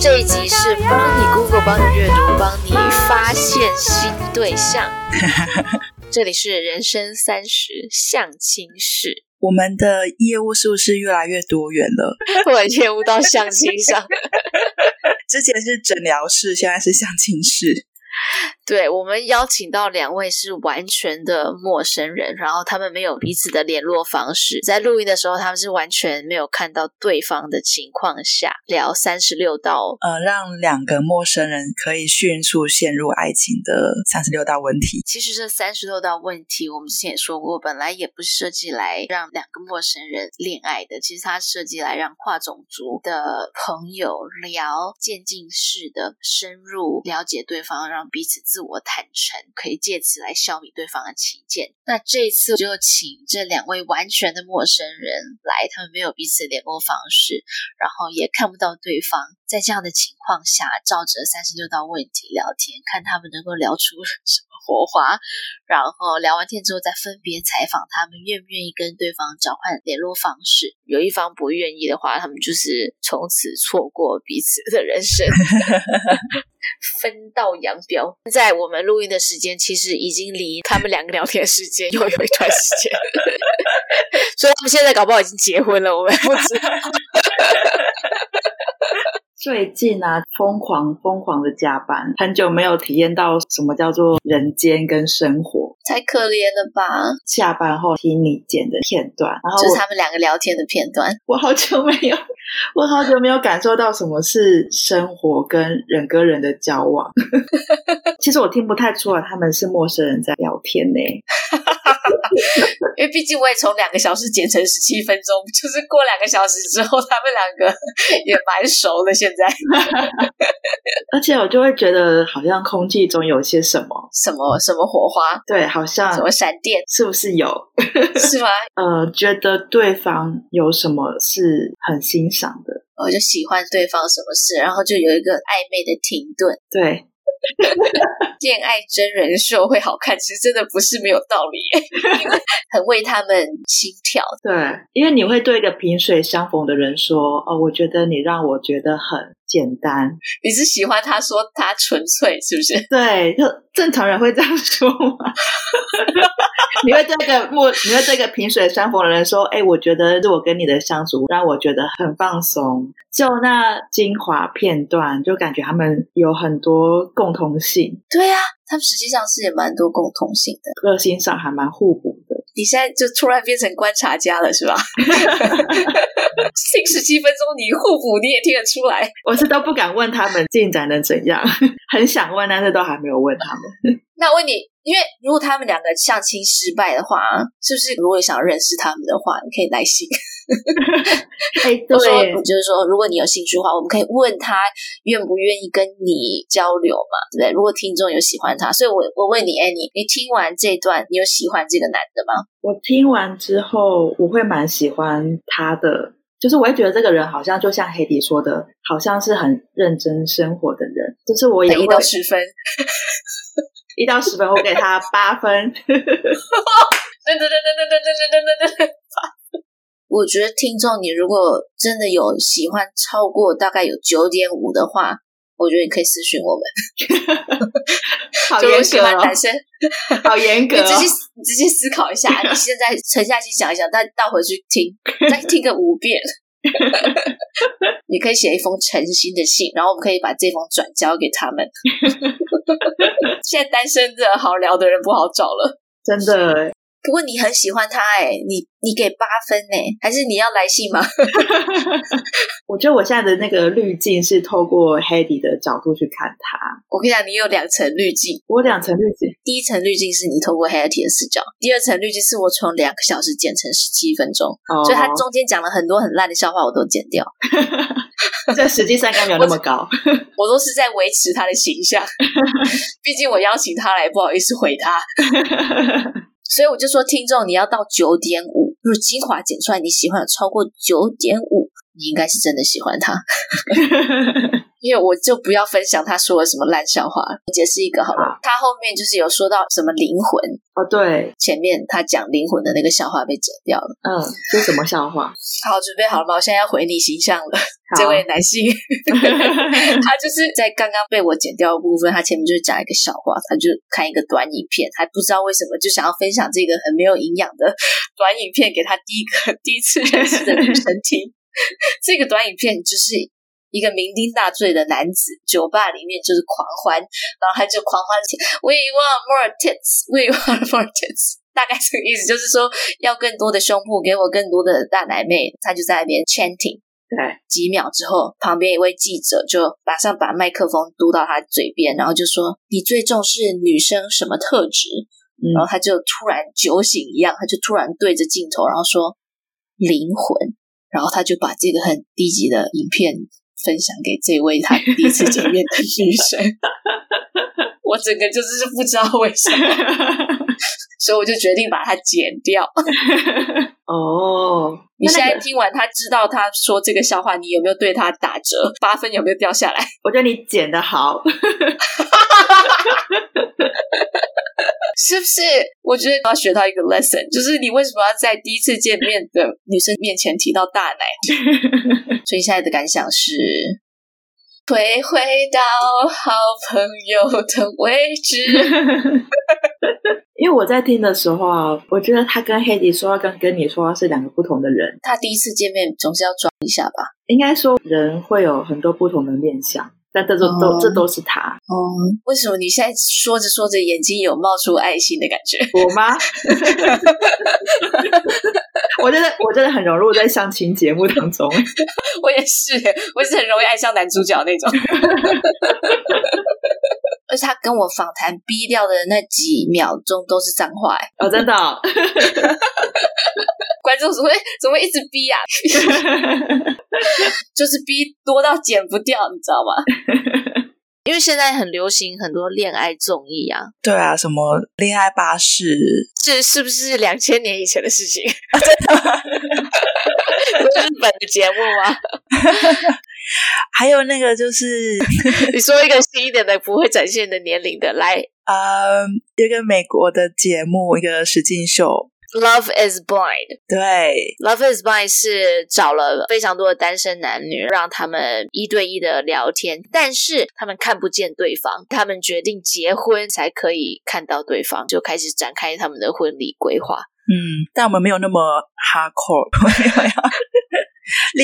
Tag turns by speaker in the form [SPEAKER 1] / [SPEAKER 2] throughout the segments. [SPEAKER 1] 这一集是帮你 Google、帮你阅读、帮你发现新对象。这里是人生三十相亲室，
[SPEAKER 2] 我们的业务是不是越来越多元了？
[SPEAKER 1] 我业务到相亲上。
[SPEAKER 2] 之前是诊疗室，现在是相亲室。
[SPEAKER 1] 对我们邀请到两位是完全的陌生人，然后他们没有彼此的联络方式，在录音的时候他们是完全没有看到对方的情况下聊三十六道。
[SPEAKER 2] 呃，让两个陌生人可以迅速陷入爱情的三十六道问题。
[SPEAKER 1] 其实这三十六道问题，我们之前也说过，本来也不是设计来让两个陌生人恋爱的，其实它设计来让跨种族的朋友聊渐进式的深入了解对方，让彼此自我坦诚，可以借此来消弭对方的歧见。那这一次我就请这两位完全的陌生人来，他们没有彼此联络方式，然后也看不到对方，在这样的情况下，照着三十六道问题聊天，看他们能够聊出 什么火花。然后聊完天之后，再分别采访他们愿不愿意跟对方交换联络方式。有一方不愿意的话，他们就是从此错过彼此的人生。分道扬镳。现在我们录音的时间其实已经离他们两个聊天时间又有一段时间， 所以他们现在搞不好已经结婚了，我们不知道。
[SPEAKER 3] 最近啊，疯狂疯狂的加班，很久没有体验到什么叫做人间跟生活。
[SPEAKER 1] 太可怜了吧？
[SPEAKER 3] 下班后听你剪的片段，然后
[SPEAKER 1] 就是
[SPEAKER 3] 我
[SPEAKER 1] 他们两个聊天的片段。
[SPEAKER 3] 我好久没有，我好久没有感受到什么是生活跟人跟人的交往。 其实我听不太出来他们是陌生人在聊天呢、
[SPEAKER 1] 因为毕竟我也从两个小时减成十七分钟，就是过两个小时之后，他们两个也蛮熟了。现在
[SPEAKER 3] 而且我就会觉得好像空气中有些什么，
[SPEAKER 1] 什么什么火花，
[SPEAKER 3] 对，好像
[SPEAKER 1] 什么闪电，
[SPEAKER 3] 是不是有？
[SPEAKER 1] 是吗？
[SPEAKER 3] 呃，觉得对方有什么是很欣赏的，
[SPEAKER 1] 我就喜欢对方什么事，然后就有一个暧昧的停顿。
[SPEAKER 3] 对，
[SPEAKER 1] 恋爱真人秀会好看，其实真的不是没有道理耶，因 为很为他们心跳。
[SPEAKER 3] 对，因为你会对一个萍水相逢的人说：“哦，我觉得你让我觉得很简单。
[SPEAKER 1] 你是喜欢他说他纯粹是不是？”
[SPEAKER 3] 对，就正常人会这样说吗？你会对一个陌，你会对一个萍水相逢的人说：“哎、我觉得我跟你的相处让我觉得很放松。”就那精华片段，就感觉他们有很多共同性，
[SPEAKER 1] 对啊，他们实际上是也蛮多共同性的。
[SPEAKER 3] 个性上还蛮互补的。
[SPEAKER 1] 你现在就突然变成观察家了是 吧？听十七分钟，你互补你也听得出来。
[SPEAKER 3] 我是都不敢问他们进展能怎样，很想问，但是都还没有问他们。
[SPEAKER 1] 那问你，因为如果他们两个相亲失败的话，是不是如果想认识他们的话，你可以来信
[SPEAKER 3] 哎，
[SPEAKER 1] 就说
[SPEAKER 3] 对，
[SPEAKER 1] 就是说，如果你有兴趣的话，我们可以问他愿不愿意跟你交流嘛，对不对？如果听众有喜欢他，所以我我问你，哎，你你听完这段，你有喜欢这个男的吗？
[SPEAKER 3] 我听完之后，我会蛮喜欢他的，就是我会觉得这个人好像就像黑迪说的，好像是很认真生活的人。就是我也
[SPEAKER 1] 一
[SPEAKER 3] 会
[SPEAKER 1] 到十分，
[SPEAKER 3] 一到十分，我给他八 分。
[SPEAKER 1] 噔噔噔噔噔噔噔噔噔噔噔。我觉得听众，你如果真的有喜欢超过大概有九点五的话，我觉得你可以私讯我们。
[SPEAKER 3] 好
[SPEAKER 1] 就如果
[SPEAKER 3] 严
[SPEAKER 1] 喜
[SPEAKER 3] 格
[SPEAKER 1] 欢
[SPEAKER 3] 哦
[SPEAKER 1] 男，生，
[SPEAKER 3] 好严格
[SPEAKER 1] 你
[SPEAKER 3] 哦。
[SPEAKER 1] 仔细你仔细思考一下，你现在沉下心想一想，再倒回去听，再听个五遍。你可以写一封诚心的信，然后我们可以把这封转交给他们。现在单身的好聊的人不好找了。
[SPEAKER 3] 真的，
[SPEAKER 1] 不过你很喜欢他哎、你你给八分呢、还是你要来信吗？
[SPEAKER 3] 我觉得我现在的那个滤镜是透过黑迪的角度去看他。
[SPEAKER 1] 我跟你讲，你有两层滤镜，
[SPEAKER 3] 我两层滤镜，
[SPEAKER 1] 第一层滤镜是你透过 Hattie 的视角，第二层滤镜是我从两个小时剪成十七分钟，
[SPEAKER 3] 哦，
[SPEAKER 1] 所以他中间讲了很多很烂的笑话，我都剪掉。
[SPEAKER 3] 这实际上应该没有那么高。
[SPEAKER 1] 我都是在维持他的形象，毕竟我邀请他来，不好意思回他，所以我就说，听众你要到九点五，如果精华剪出来你喜欢有超过九点五，你应该是真的喜欢他。因为我就不要分享他说了什么烂笑话，解释一个好了。他后面就是有说到什么灵魂，
[SPEAKER 4] 哦，对，
[SPEAKER 1] 前面他讲灵魂的那个笑话被剪掉了。
[SPEAKER 4] 嗯，这是什么笑话？
[SPEAKER 1] 好，准备好了吗？我现在要回你形象了，这 位男性，他就是 在刚刚被我剪掉的部分，他前面就是讲一个笑话，他就看一个短影片，还不知道为什么就想要分享这个很没有营养的短影片给他第一个 第一次认识的女生听。 这个短影片就是一个酩酊大醉的男子，酒吧里面就是狂欢，然后他就狂欢起 We want more tits, we want more tits。大概这个意思就是说，要更多的胸部，给我更多的大奶妹。他就在那边 chanting。
[SPEAKER 4] 对，
[SPEAKER 1] 几秒之后，旁边一位记者就马上把麦克风嘟到他嘴边，然后就说：“你最重视女生什么特质？”
[SPEAKER 4] 嗯
[SPEAKER 1] 然后他就突然酒醒一样，他就突然对着镜头，然后说灵魂，然后他就把这个很低级的影片分享给这位他第一次见面的女生。我整个就是 不知道为什么，所以我就决定把它剪掉。
[SPEAKER 4] 哦，
[SPEAKER 1] 你
[SPEAKER 4] 那
[SPEAKER 1] 现
[SPEAKER 4] 那
[SPEAKER 1] 在
[SPEAKER 4] 个
[SPEAKER 1] 听完他知道他说这个笑话，你有没有对他打折？八分有没有掉下来？
[SPEAKER 4] 我觉得你剪的好，
[SPEAKER 1] 是不是？我觉得要学到一个 lesson，就是你为什么要在第一次见面的女生面前提到大奶？所以现在的感想是，退回到好朋友的位 置。
[SPEAKER 4] 因为我在听的时候啊，我觉得他跟黑迪说话跟跟你说话是两个不同的人，
[SPEAKER 1] 他第一次见面总是要装一下吧？
[SPEAKER 4] 应该说人会有很多不同的面相，但这都都、
[SPEAKER 1] 哦
[SPEAKER 4] 这都是他，
[SPEAKER 1] 哦、为什么你现在说着说着眼睛有冒出爱心的感觉？
[SPEAKER 4] 我吗？我真的我真的很融入在相亲节目当中，
[SPEAKER 1] 我也是，我也是很容易爱上男主角那种。而且他跟我访谈逼掉的那几秒钟都是脏话、哎
[SPEAKER 4] 哦，真的哦、
[SPEAKER 1] 观众怎么会怎么会一直逼啊？就是逼多到剪不掉，你知道吗？因为现在很流行很多恋爱综艺啊，
[SPEAKER 3] 对啊，什么恋爱巴士，
[SPEAKER 1] 这是不是两千年以前的事情？不是日本的节目吗？
[SPEAKER 3] 还有那个就是
[SPEAKER 1] 你说一个新一点的，不会展现你的年龄的，来
[SPEAKER 3] 呃，有一个美国的节目，一个实境秀，
[SPEAKER 1] ，Love is Blind。
[SPEAKER 3] 对
[SPEAKER 1] Love is Blind 是找了非常多的单身男女，让他们一对一的聊天，但是他们看不见对方，他们决定结婚才可以看到对方，就开始展开他们的婚礼规划。
[SPEAKER 3] 嗯，但我们没有那么 hardcore，没有要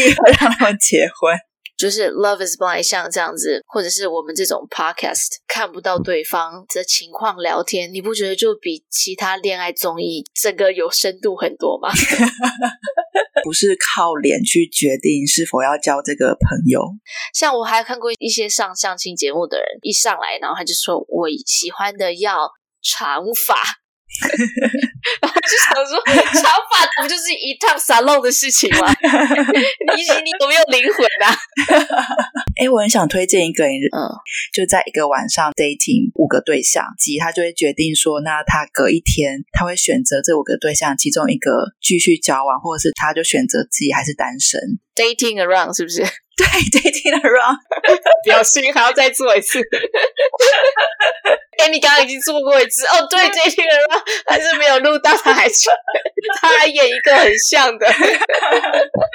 [SPEAKER 3] 立刻让他们结婚。
[SPEAKER 1] 就是 Love is Blind 像这样子，或者是我们这种 podcast 看不
[SPEAKER 3] 嗯
[SPEAKER 1] 到对方的情况聊天，你不觉得就比其他恋爱综艺整个有深度很多吗？
[SPEAKER 3] 不是靠脸去决定是否要交这个朋友。
[SPEAKER 1] 像我还看过一些上相亲节目的人，一上来然后他就说我喜欢的要长发， 然后我就想说长发不就是一趟沙漏的事情吗？ 你你有没有灵魂啊？
[SPEAKER 3] 哎，我很想推荐一个人，
[SPEAKER 1] 嗯，
[SPEAKER 3] 就在一个晚上 dating 五个对象，及他就会决定说，那他隔一天他会选择这五个对象其中一个继续交往，或者是他就选择自己还是单身。
[SPEAKER 1] Dating around 是不是？
[SPEAKER 3] 对 dating around，
[SPEAKER 1] 表情还要再做一次？ 哎、你刚刚已经做过一次哦。对，Dating around 还是没有录到，他还 去，他还演一个很像的。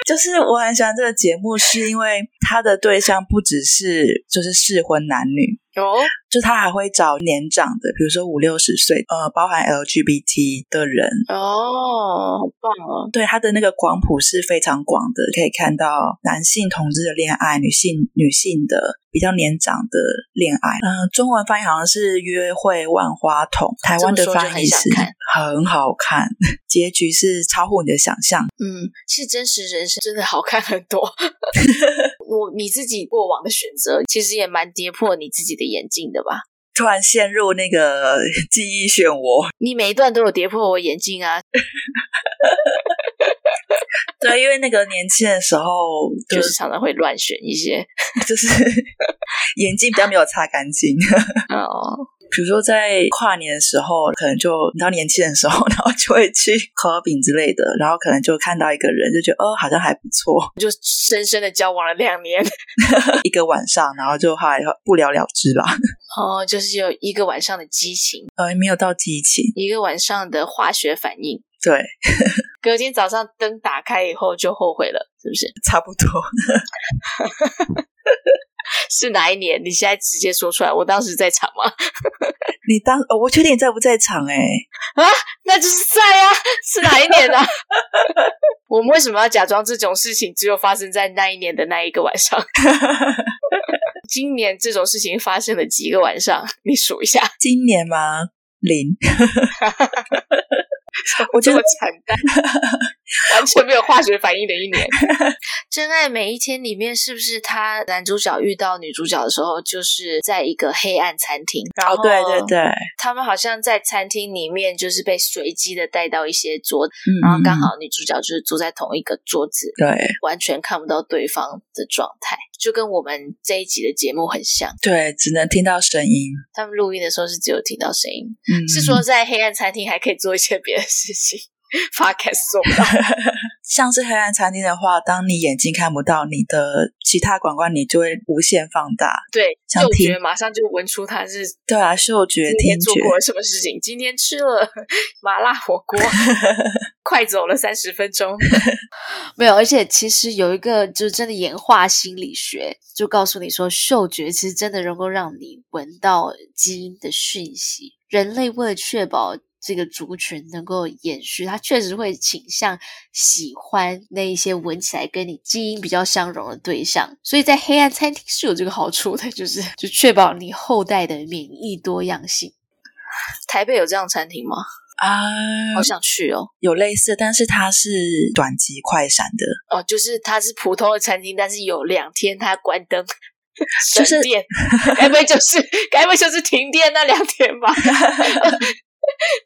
[SPEAKER 3] 就是我很喜欢这个节目，是因为他的对象不只是就是适婚男女。
[SPEAKER 1] 哦，
[SPEAKER 3] 就他还会找年长的，比如说五六十岁，呃，包含 LGBT 的人，
[SPEAKER 1] 哦，好棒哦！
[SPEAKER 3] 对它的那个广谱是非常广的，可以看到男性同志的恋爱、女性女性的比较年长的恋爱。嗯、中文翻译好像是《约会万花筒》，台湾的
[SPEAKER 1] 这么说就
[SPEAKER 3] 翻译
[SPEAKER 1] 很想
[SPEAKER 3] 是
[SPEAKER 1] 看
[SPEAKER 3] 很好看， 结局是超乎你的想象。
[SPEAKER 1] 嗯，其实真实人生真的好看很 多。我你自己过往的选择，其实也蛮跌破你自己的眼镜的吧？
[SPEAKER 3] 突然陷入那个 记忆漩涡，
[SPEAKER 1] 你每一段都有跌破我眼镜啊，
[SPEAKER 3] 对，因为那个年轻的时候，就
[SPEAKER 1] 就是
[SPEAKER 3] 是
[SPEAKER 1] 常常会乱 选一些。
[SPEAKER 3] 就是眼睛比较没有擦干净。
[SPEAKER 1] 哦，
[SPEAKER 3] 比如说在跨年的时候，可能就你知道年轻人的时候，然后就会去烤饼之类的，然后可能就看到一个人，就觉得哦，好像还不错，
[SPEAKER 1] 就深深的交往了两年，
[SPEAKER 3] 一个晚上，然后就还不了了之 啦，
[SPEAKER 5] 哦，就是有一个晚上的激情，
[SPEAKER 3] 呃，没有到激情，
[SPEAKER 5] 一个晚上的化学反应，
[SPEAKER 3] 对，
[SPEAKER 1] 隔天早上灯打开以后就后悔了，是不是？
[SPEAKER 3] 差不多。
[SPEAKER 1] 是哪一年？你现在直接说出来，我当时在场吗？
[SPEAKER 3] 你当哦，我确定你在不在场哎、
[SPEAKER 1] 啊，那就是在啊， 是哪一年啊？ 我们为什么要假装这种事情只有发生在那一年的那一个晚上？ 今年这种事情发生了几个晚上？ 你数一下，
[SPEAKER 3] 今年吗？ 零，我
[SPEAKER 1] 这
[SPEAKER 3] 觉
[SPEAKER 1] 么
[SPEAKER 3] 得
[SPEAKER 1] 惨淡， 完全没有化学反应的一年。
[SPEAKER 5] 《 真爱每一天》里面是不是他男主角遇到女主角的时候，就是在一个黑暗餐厅，
[SPEAKER 1] 啊
[SPEAKER 5] 然后
[SPEAKER 3] 哦，对对对，
[SPEAKER 5] 他们好像在餐厅里面就是被随机的带到一些桌，
[SPEAKER 3] 嗯
[SPEAKER 5] 然后刚好女主角就是坐在同一个桌子，
[SPEAKER 3] 对
[SPEAKER 5] 完全看不到对方的状态，就跟我们这一集的节目很像。
[SPEAKER 3] 对，只能听到声音。
[SPEAKER 5] 他们录音的时候是只有听到声音，
[SPEAKER 3] 嗯，
[SPEAKER 1] 是说在黑暗餐厅还可以做一些别的 事情，podcast 做不到。
[SPEAKER 3] 像是黑暗餐厅的话，当你眼睛看不到你的其他感官，你就会无限放大。
[SPEAKER 1] 对，
[SPEAKER 3] 想
[SPEAKER 1] 嗅
[SPEAKER 3] 听
[SPEAKER 1] 觉马上就闻出它是
[SPEAKER 3] 对啊，嗅觉、
[SPEAKER 1] 今
[SPEAKER 3] 听
[SPEAKER 1] 天做
[SPEAKER 3] 觉，
[SPEAKER 1] 过了什么事情？今天吃了 麻辣火 锅，快走了三十分钟。
[SPEAKER 5] 没有，而且其实有一个就是真的演化心理学，就告诉你说，嗅觉其实真的能够让你闻到基因的讯息。人类为了确保这个族群能够延续，它确实会倾向喜欢那一些闻起来跟你基因比较相容的对象。所以在黑暗餐厅是有这个好处的，就是就确保你后代的免疫多样性。
[SPEAKER 1] 台北有这样餐厅吗？
[SPEAKER 3] 啊
[SPEAKER 5] 好，想去哦！
[SPEAKER 3] 有类似，但是它是短期快闪的，
[SPEAKER 1] 哦，就是它是普通的餐厅，但是有两天它关灯。 省
[SPEAKER 3] 就是
[SPEAKER 1] 电，该不会就是该不会就是停电那两天 吧？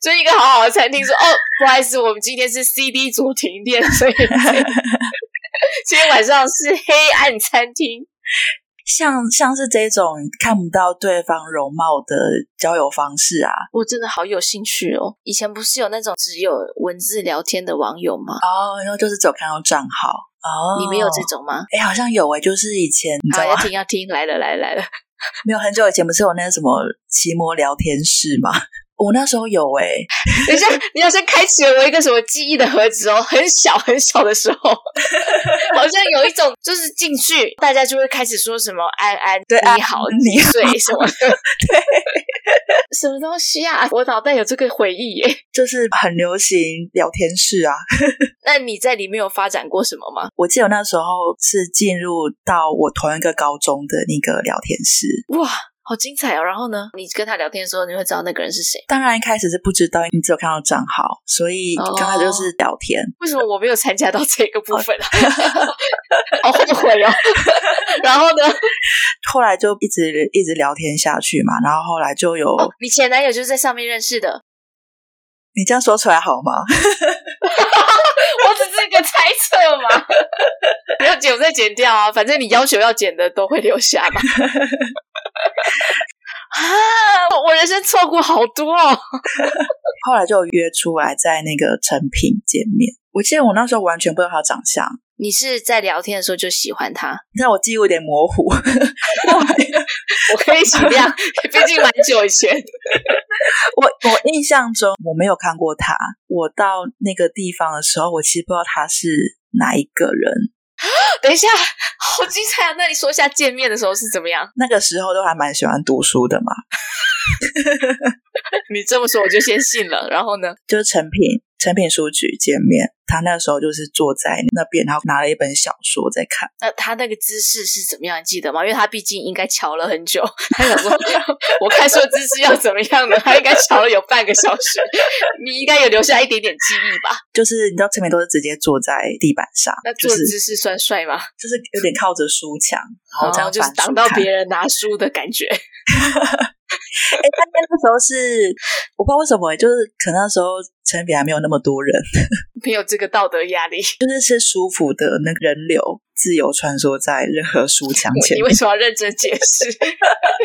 [SPEAKER 1] 所以一个好好的餐厅说：“哦，不好意思，我们今天是 CD 组停电，所以 今天晚上是黑暗餐厅。
[SPEAKER 3] 像像是这种看不到对方容貌的交友方式啊。”
[SPEAKER 1] 我真的好有兴趣哦！以前不是有那种只有文字聊天的网友吗？
[SPEAKER 3] 哦，然后就是只有看到账号哦，
[SPEAKER 1] 你们有这种吗？
[SPEAKER 3] 哎，好像有哎，就是以前你知
[SPEAKER 1] 啊，
[SPEAKER 3] 道
[SPEAKER 1] 要
[SPEAKER 3] 吗？
[SPEAKER 1] 听要听，来了来了来了，
[SPEAKER 3] 没有很久以前不是有那个什么奇摩聊天室吗？ 我那时候有哎，
[SPEAKER 1] 等一下， 你好像开启了我一个什么记忆的盒子哦，很小很小的时 候，好像有一种就是进去，大家就会开始说什么安安，
[SPEAKER 3] 对
[SPEAKER 1] 你好，
[SPEAKER 3] 安你好
[SPEAKER 1] 对什么的， 对，什么东西啊？我脑袋有这个回忆耶。
[SPEAKER 3] 就是很流行聊天室啊。
[SPEAKER 1] 那你在里面有发展过什么吗？
[SPEAKER 3] 我记得我那时候是进入到我同一个高中的那个聊天室，
[SPEAKER 1] 哇，好精彩哦！然后呢，你跟他聊天的时候，你会知道那个人是谁？
[SPEAKER 3] 当然一开始是不知道，你只有看到账号，所以
[SPEAKER 1] 哦
[SPEAKER 3] 刚才就是聊天。
[SPEAKER 1] 为什么我没有参加到这个部分啊？ 好后悔哦。 然后呢，
[SPEAKER 3] 后来就一直一直聊天下去嘛，然后后来就有、
[SPEAKER 1] 哦你前男友就是在上面认识的。
[SPEAKER 3] 你这样说出来好吗？
[SPEAKER 1] 我只是一个猜测 嘛，不要剪我再剪掉啊，反正你要求要剪的都会留下 嘛。啊！我人生错过好多哦，
[SPEAKER 3] 后来就有约出来在那个成品见面。我记得我那时候完全不知道他长相，
[SPEAKER 5] 你是在聊天的时候就喜欢他？
[SPEAKER 3] 但我记忆有点模糊。
[SPEAKER 1] 我可以体 谅，毕竟蛮久以前。
[SPEAKER 3] 我我印象中我没有看过他。我到那个地方的时候，我其实不知道他是哪一个人。
[SPEAKER 1] 等一下，好精彩啊！那你说一下见面的时候是怎么样？
[SPEAKER 3] 那个时候都还蛮喜欢读书的嘛，
[SPEAKER 1] 你这么说我就先信了。然后呢？
[SPEAKER 3] 就是成品成品书局见面。他那时候就是坐在那边，然后拿了一本小说在看。
[SPEAKER 1] 那他那个姿势是怎么样？你记得吗？因为他毕竟应该瞧了很 久，他想说，我看说姿势要怎么样呢？他应该瞧了有半个小时，你应该有留下一点点记忆吧？
[SPEAKER 3] 就是你知道成品都是直接坐在地板上，
[SPEAKER 1] 那
[SPEAKER 3] 就
[SPEAKER 1] 做
[SPEAKER 3] 是
[SPEAKER 1] 姿势算帅吗？
[SPEAKER 3] 就是有点靠着书墙，然后
[SPEAKER 1] 然后
[SPEAKER 3] 这样
[SPEAKER 1] 哦就是
[SPEAKER 3] 反
[SPEAKER 1] 挡
[SPEAKER 3] 书
[SPEAKER 1] 到
[SPEAKER 3] 看
[SPEAKER 1] 别人拿书的感觉。
[SPEAKER 3] 哎、欸，但那时候是我不知道为什么，欸就是可能那时候城北还没有那么多人，
[SPEAKER 1] 没有这个道德压力。
[SPEAKER 3] 就是是舒服的那个人流自由穿梭在任何书墙前
[SPEAKER 1] 你
[SPEAKER 3] 面
[SPEAKER 1] 为。什么要认真解释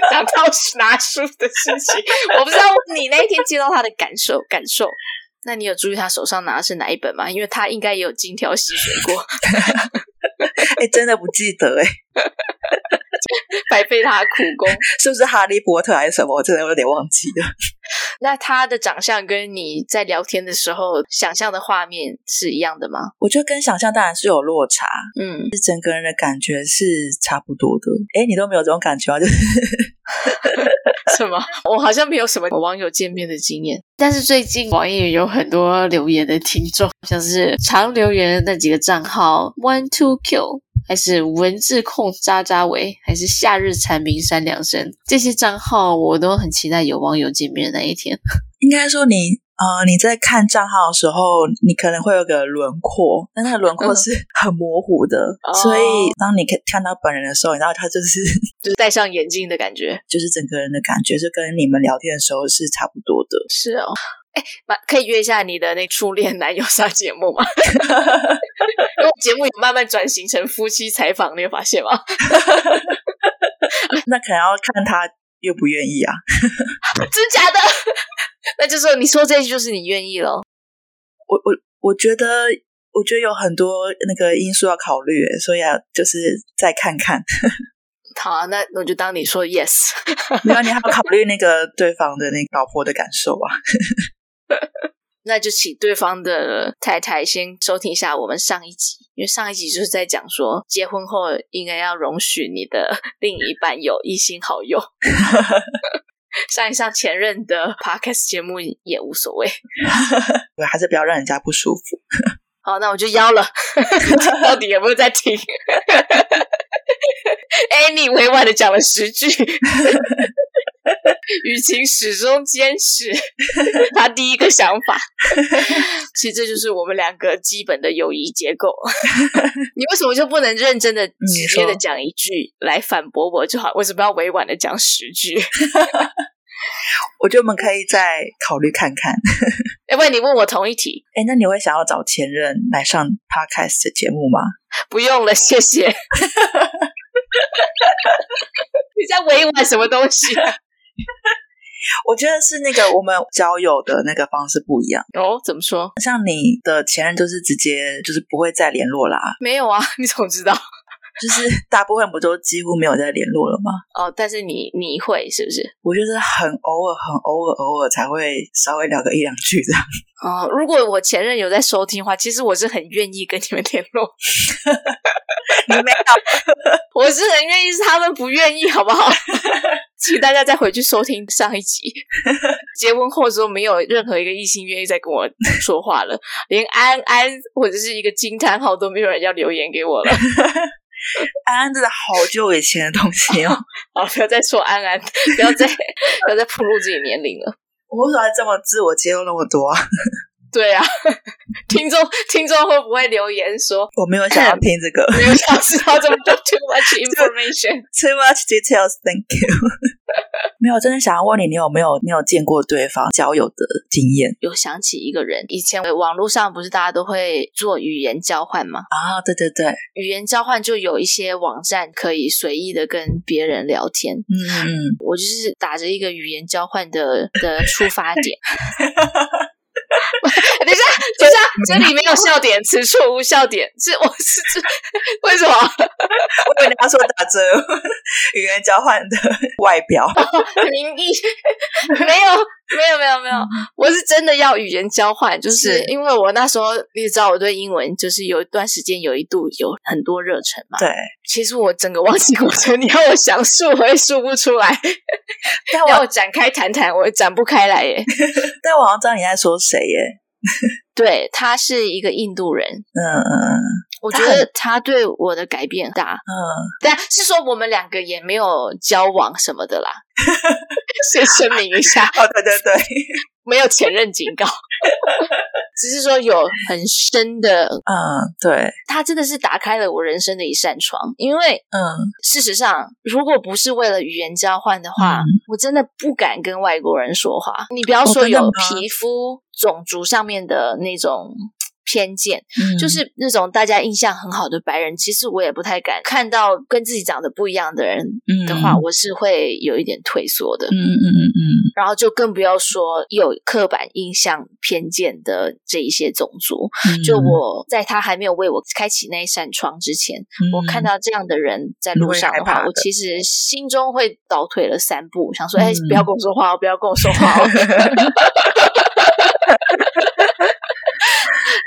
[SPEAKER 1] 讲到拿书的事情？我不知道你那一天接到他的感受感受。
[SPEAKER 6] 那你有注意他手上拿的是哪一本吗？因为他应该也有精挑细选过。
[SPEAKER 3] 哎、真的不记得哎、
[SPEAKER 1] 白费他的苦功。
[SPEAKER 3] 是不是哈利波特还是什么？我真的有点忘记了。
[SPEAKER 6] 那他的长相跟你在聊天的时候想象的画面是一样的吗？
[SPEAKER 3] 我觉得跟想象当然是有落差，
[SPEAKER 6] 嗯，
[SPEAKER 3] 是整个人的感觉是差不多的。哎，你都没有这种感觉吗？就是
[SPEAKER 6] 什么？
[SPEAKER 1] 我好像没有什么，
[SPEAKER 6] 网友见面的经验。但是最近网易有很多留言的听众，像是常留言的那几个账号 One Two Q，还是文字控渣渣维，还是夏日蝉鸣三两声，这些账号我都很期待有网友见面的那一天。
[SPEAKER 3] 应该说你呃你在看账号的时候，你可能会有个轮廓，但那个轮廓
[SPEAKER 1] 嗯
[SPEAKER 3] 是很模糊的，
[SPEAKER 1] 哦
[SPEAKER 3] 所以当你看看到本人的时候，你知道他就是
[SPEAKER 1] 就是戴上眼镜的感觉。
[SPEAKER 3] 就是整个人的感觉是跟你们聊天的时候是差不多的。
[SPEAKER 1] 是哦，哎，可以约一下你的那初恋男友上节目吗？ 因为我节目有慢慢转型成夫妻采访，你有发现吗？
[SPEAKER 3] 那可能要看他愿不愿意啊。
[SPEAKER 1] 真假的？ 那就说你说这一句就是你愿意了。
[SPEAKER 3] 我我我觉得，我觉得有很多那个因素要考虑，所以要就是再看看。
[SPEAKER 1] 好、啊，那我就当你说 yes。
[SPEAKER 3] 没有，你还要考虑那个对方的那个老婆的感受啊。
[SPEAKER 1] 那就请对方的太太先收听一下我们上一集，因为上一集就是在讲说，结婚后应该要容许你的另一半有异性好友， 上一上前任的 podcast 节目也无所谓。
[SPEAKER 3] 对，还是不要让人家不舒服。
[SPEAKER 1] 好，那我就邀了， 到底有没有在听？哎，你委婉的讲了十句，雨晴始终坚持他第一个想法。 其实这就是我们两个基本的友谊结构。 你为什么就不能认真的、直接的
[SPEAKER 3] 说
[SPEAKER 1] 讲一句来反驳我就好？为什么要委婉的讲十句？
[SPEAKER 3] 我觉得我们可以再考虑看看。
[SPEAKER 1] 要哎不然你问我同一题，
[SPEAKER 3] 哎，那你会想要找前任来上 podcast 的节目吗？
[SPEAKER 1] 不用了，谢谢。 你在委婉什么东西、啊？
[SPEAKER 3] 我觉得是那个我们交友的那个方式不一样。
[SPEAKER 1] 哦，怎么说？
[SPEAKER 3] 像你的前任就是直接就是不会再联络啦，
[SPEAKER 1] 没有啊，你怎么知道？
[SPEAKER 3] 就是大部分不都几乎没有再联络了吗？
[SPEAKER 1] 哦，但是你你会是不是？
[SPEAKER 3] 我就是很偶尔、很偶尔、偶尔才会稍微聊个一两句这样。
[SPEAKER 1] 哦，如果我前任有在收听的话，其实我是很愿意跟你们联络，
[SPEAKER 3] 你没有，
[SPEAKER 1] 我是很愿意，是他们不愿意，好不 好？请大家再回去收听上一集。 结婚后之后，没有任何一个异性愿意再跟我说话了，连安安或者是一个惊叹号都没有人要留言给我了。
[SPEAKER 3] 安安真的好久以前的东西哦。
[SPEAKER 1] 好，不要再说安安，不要 再不要再暴露自己年龄了。
[SPEAKER 3] 我为什么要这么自我揭露那么多啊？
[SPEAKER 1] 对啊， 听众听众会不会留言说
[SPEAKER 3] 我没有想要听这个
[SPEAKER 1] 没有想知道这么多 too much information？
[SPEAKER 3] too much details. Thank you. 没有，真的想要问你，你有没有没有见过对方交友的经验
[SPEAKER 1] 有想起一个人，以前网络上不是大家都会做语言交换吗？
[SPEAKER 3] 啊？对对对，
[SPEAKER 1] 语言交换就有一些网站可以随意的跟别人聊天。
[SPEAKER 3] 嗯嗯，
[SPEAKER 1] 我就是打着一个语言交换的的出发点。 等一下，等 一下，这里没有笑点，此处无笑点。是我是这为什么？
[SPEAKER 3] 我以为你要说打折 语言交换的外表，
[SPEAKER 1] 名义 没有没有没有没有，我是真的要语言交换，就是
[SPEAKER 3] 嗯是
[SPEAKER 1] 因为我那时候你也知道我对英文就是有一段时间有一度有很多热忱嘛。
[SPEAKER 3] 对。
[SPEAKER 1] 其实我整个忘记过程，你要我详述我也述不出来，
[SPEAKER 3] 哦但我
[SPEAKER 1] 要我展开谈谈我也展不开来耶。
[SPEAKER 3] 但我好像知道你在说谁耶。
[SPEAKER 1] 对他是一个印度人，
[SPEAKER 3] 嗯嗯嗯
[SPEAKER 1] 我觉得他对我的改变很大，
[SPEAKER 3] 嗯，
[SPEAKER 1] 但是说我们两个也没有交往什么的 啦。先声明一下，
[SPEAKER 3] 哦对对对，
[SPEAKER 1] 没有前任警告。 只是说有很深的，
[SPEAKER 3] 嗯，对，
[SPEAKER 1] 它真的是打开了我人生的一扇窗。因为
[SPEAKER 3] 嗯，
[SPEAKER 1] 事实上，如果不是为了语言交换的话，
[SPEAKER 3] 嗯
[SPEAKER 1] 我真的不敢跟外国人说话。你不要
[SPEAKER 3] 哦
[SPEAKER 1] 说
[SPEAKER 3] 真的
[SPEAKER 1] 有
[SPEAKER 3] 吗
[SPEAKER 1] 皮肤、种族上面的那种偏见，
[SPEAKER 3] 嗯
[SPEAKER 1] 就是那种大家印象很好的白人，其实我也不太敢看到跟自己长得不一样的人的话，
[SPEAKER 3] 嗯
[SPEAKER 1] 我是会有一点退缩的。
[SPEAKER 3] 嗯嗯嗯嗯，
[SPEAKER 1] 然后就更不要说有刻板印象偏见的这一些种族。
[SPEAKER 3] 嗯
[SPEAKER 1] 就我在他还没有为我开启那一扇窗之前，我看
[SPEAKER 3] 嗯
[SPEAKER 1] 到这样的人在
[SPEAKER 3] 你
[SPEAKER 1] 路
[SPEAKER 3] 会
[SPEAKER 1] 上
[SPEAKER 3] 害
[SPEAKER 1] 的话，
[SPEAKER 3] 怕
[SPEAKER 1] 我
[SPEAKER 3] 的
[SPEAKER 1] 其实心中会倒退了三步，想说：“哎、
[SPEAKER 3] 嗯
[SPEAKER 1] 不要跟我说话哦，不要跟我说话哦。”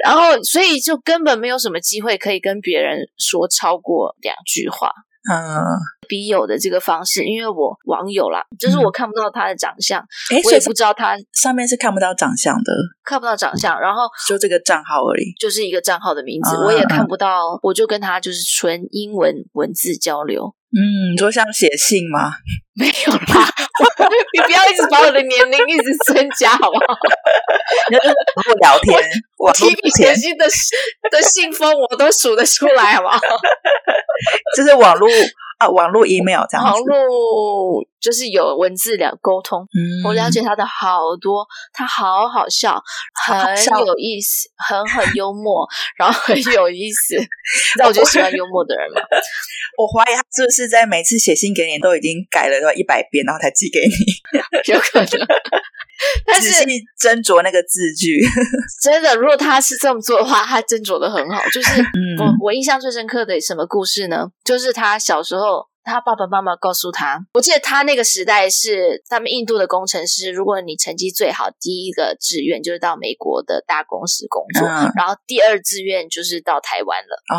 [SPEAKER 1] 然后，所以就根本没有什么机会可以跟别人说超过两句话。
[SPEAKER 3] 嗯，
[SPEAKER 1] 笔友的这个方式，因为我网友啦，就是
[SPEAKER 3] 嗯
[SPEAKER 1] 我看不到他的长相，
[SPEAKER 3] 哎，
[SPEAKER 1] 我
[SPEAKER 3] 所
[SPEAKER 1] 也
[SPEAKER 3] 以
[SPEAKER 1] 不知道他
[SPEAKER 3] 上面是看不到长相的，
[SPEAKER 1] 看不到长相，然后
[SPEAKER 3] 就这个账号而已。
[SPEAKER 1] 就是一个账号的名字，
[SPEAKER 3] 啊
[SPEAKER 1] 我也
[SPEAKER 3] 啊
[SPEAKER 1] 看不到，我就跟他就是纯英文文字交流。
[SPEAKER 3] 嗯，你说像写信吗？
[SPEAKER 1] 没有啦， 你不要一直把我的年龄一直增加，好不好？
[SPEAKER 3] 如果 聊天，网
[SPEAKER 1] 提
[SPEAKER 3] 络
[SPEAKER 1] 笔
[SPEAKER 3] 前
[SPEAKER 1] 写信的的信封我都数得出来，好不好？
[SPEAKER 3] 就是网络啊，网络 email 这样
[SPEAKER 1] 网
[SPEAKER 3] 子。
[SPEAKER 1] 络就是有文字聊沟通，
[SPEAKER 3] 嗯
[SPEAKER 1] 我了解他的好多，他好好笑，很
[SPEAKER 3] 好笑
[SPEAKER 1] 有意思，很很幽默，然后很有意思。 那我就喜欢幽默的人嘛。
[SPEAKER 3] 我怀疑他是不是在每次写信给你都已经改了一百遍，然后才寄给你，
[SPEAKER 1] 有可 能。但
[SPEAKER 3] 仔
[SPEAKER 1] 是
[SPEAKER 3] 细斟酌那个字句。
[SPEAKER 1] 真的，如果他是这么做的话，他斟酌的很好。就是
[SPEAKER 3] 嗯
[SPEAKER 1] 我我印象最深刻的什么故事呢？就是他小时候。他爸爸妈妈告诉他，我记得他那个时代是他们印度的工程师，如果你成绩最好，第一个志愿就是到美国的大公司工作，
[SPEAKER 3] 嗯
[SPEAKER 1] 然后第二志愿就是到台湾了。
[SPEAKER 3] 哦，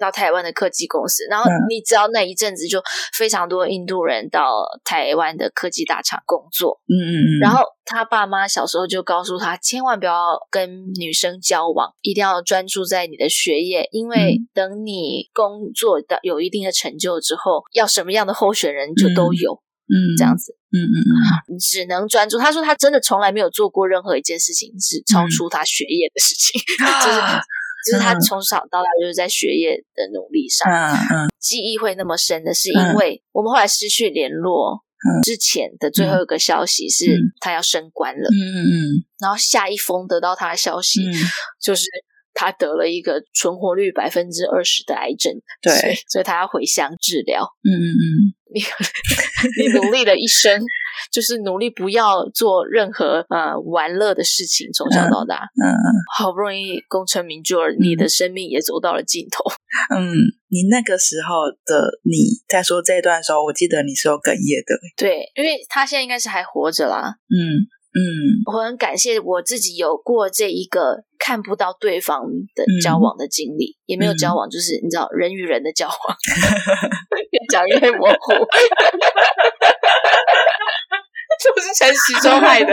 [SPEAKER 1] 到台湾的科技公司，然后
[SPEAKER 3] 嗯
[SPEAKER 1] 你知道那一阵子就非常多印度人到台湾的科技大厂工作，
[SPEAKER 3] 嗯嗯嗯，
[SPEAKER 1] 然后他爸妈小时候就告诉他，千万不要跟女生交往，一定要专注在你的学业，因
[SPEAKER 3] 嗯
[SPEAKER 1] 为等你工作到有一定的成就之后，要什么样的候选人就都有，
[SPEAKER 3] 嗯
[SPEAKER 1] 这样，子
[SPEAKER 3] 嗯嗯嗯，
[SPEAKER 1] 你只能专注。他说他真的从来没有做过任何一件事情是超出他学业的事情， 就是就是他
[SPEAKER 3] 嗯
[SPEAKER 1] 从小到大就是在学业的努力上。
[SPEAKER 3] 嗯嗯
[SPEAKER 1] 记忆会那么深的，是因
[SPEAKER 3] 嗯
[SPEAKER 1] 为我们后来失去联络
[SPEAKER 3] 嗯
[SPEAKER 1] 之前的最后一个消息是
[SPEAKER 3] 嗯
[SPEAKER 1] 他要升官了，
[SPEAKER 3] 嗯嗯
[SPEAKER 1] 然后下一封得到他的消息
[SPEAKER 3] 嗯，
[SPEAKER 1] 就是他得了一个存活率百分之二十的癌症，
[SPEAKER 3] 对
[SPEAKER 1] 所以所以他要回乡治疗。
[SPEAKER 3] 嗯嗯
[SPEAKER 1] 你努力了一生，就是努力不要做任何呃玩乐的事情，从小到大，
[SPEAKER 3] 嗯
[SPEAKER 1] 好不容易功成名就了，你的生命也走到了尽头。
[SPEAKER 3] 嗯，你那个时候的你在说这一段的时候，我记得你是有哽咽的。欸
[SPEAKER 1] 对，因为他现在应该是还活着啦，
[SPEAKER 3] 嗯嗯
[SPEAKER 1] 我很感谢我自己有过这一个看不到对方的
[SPEAKER 3] 嗯
[SPEAKER 1] 交往的经历，也没有
[SPEAKER 3] 嗯
[SPEAKER 1] 交往，就是你知道人与人的交往， 越讲越模糊， 这不是陈时中害的，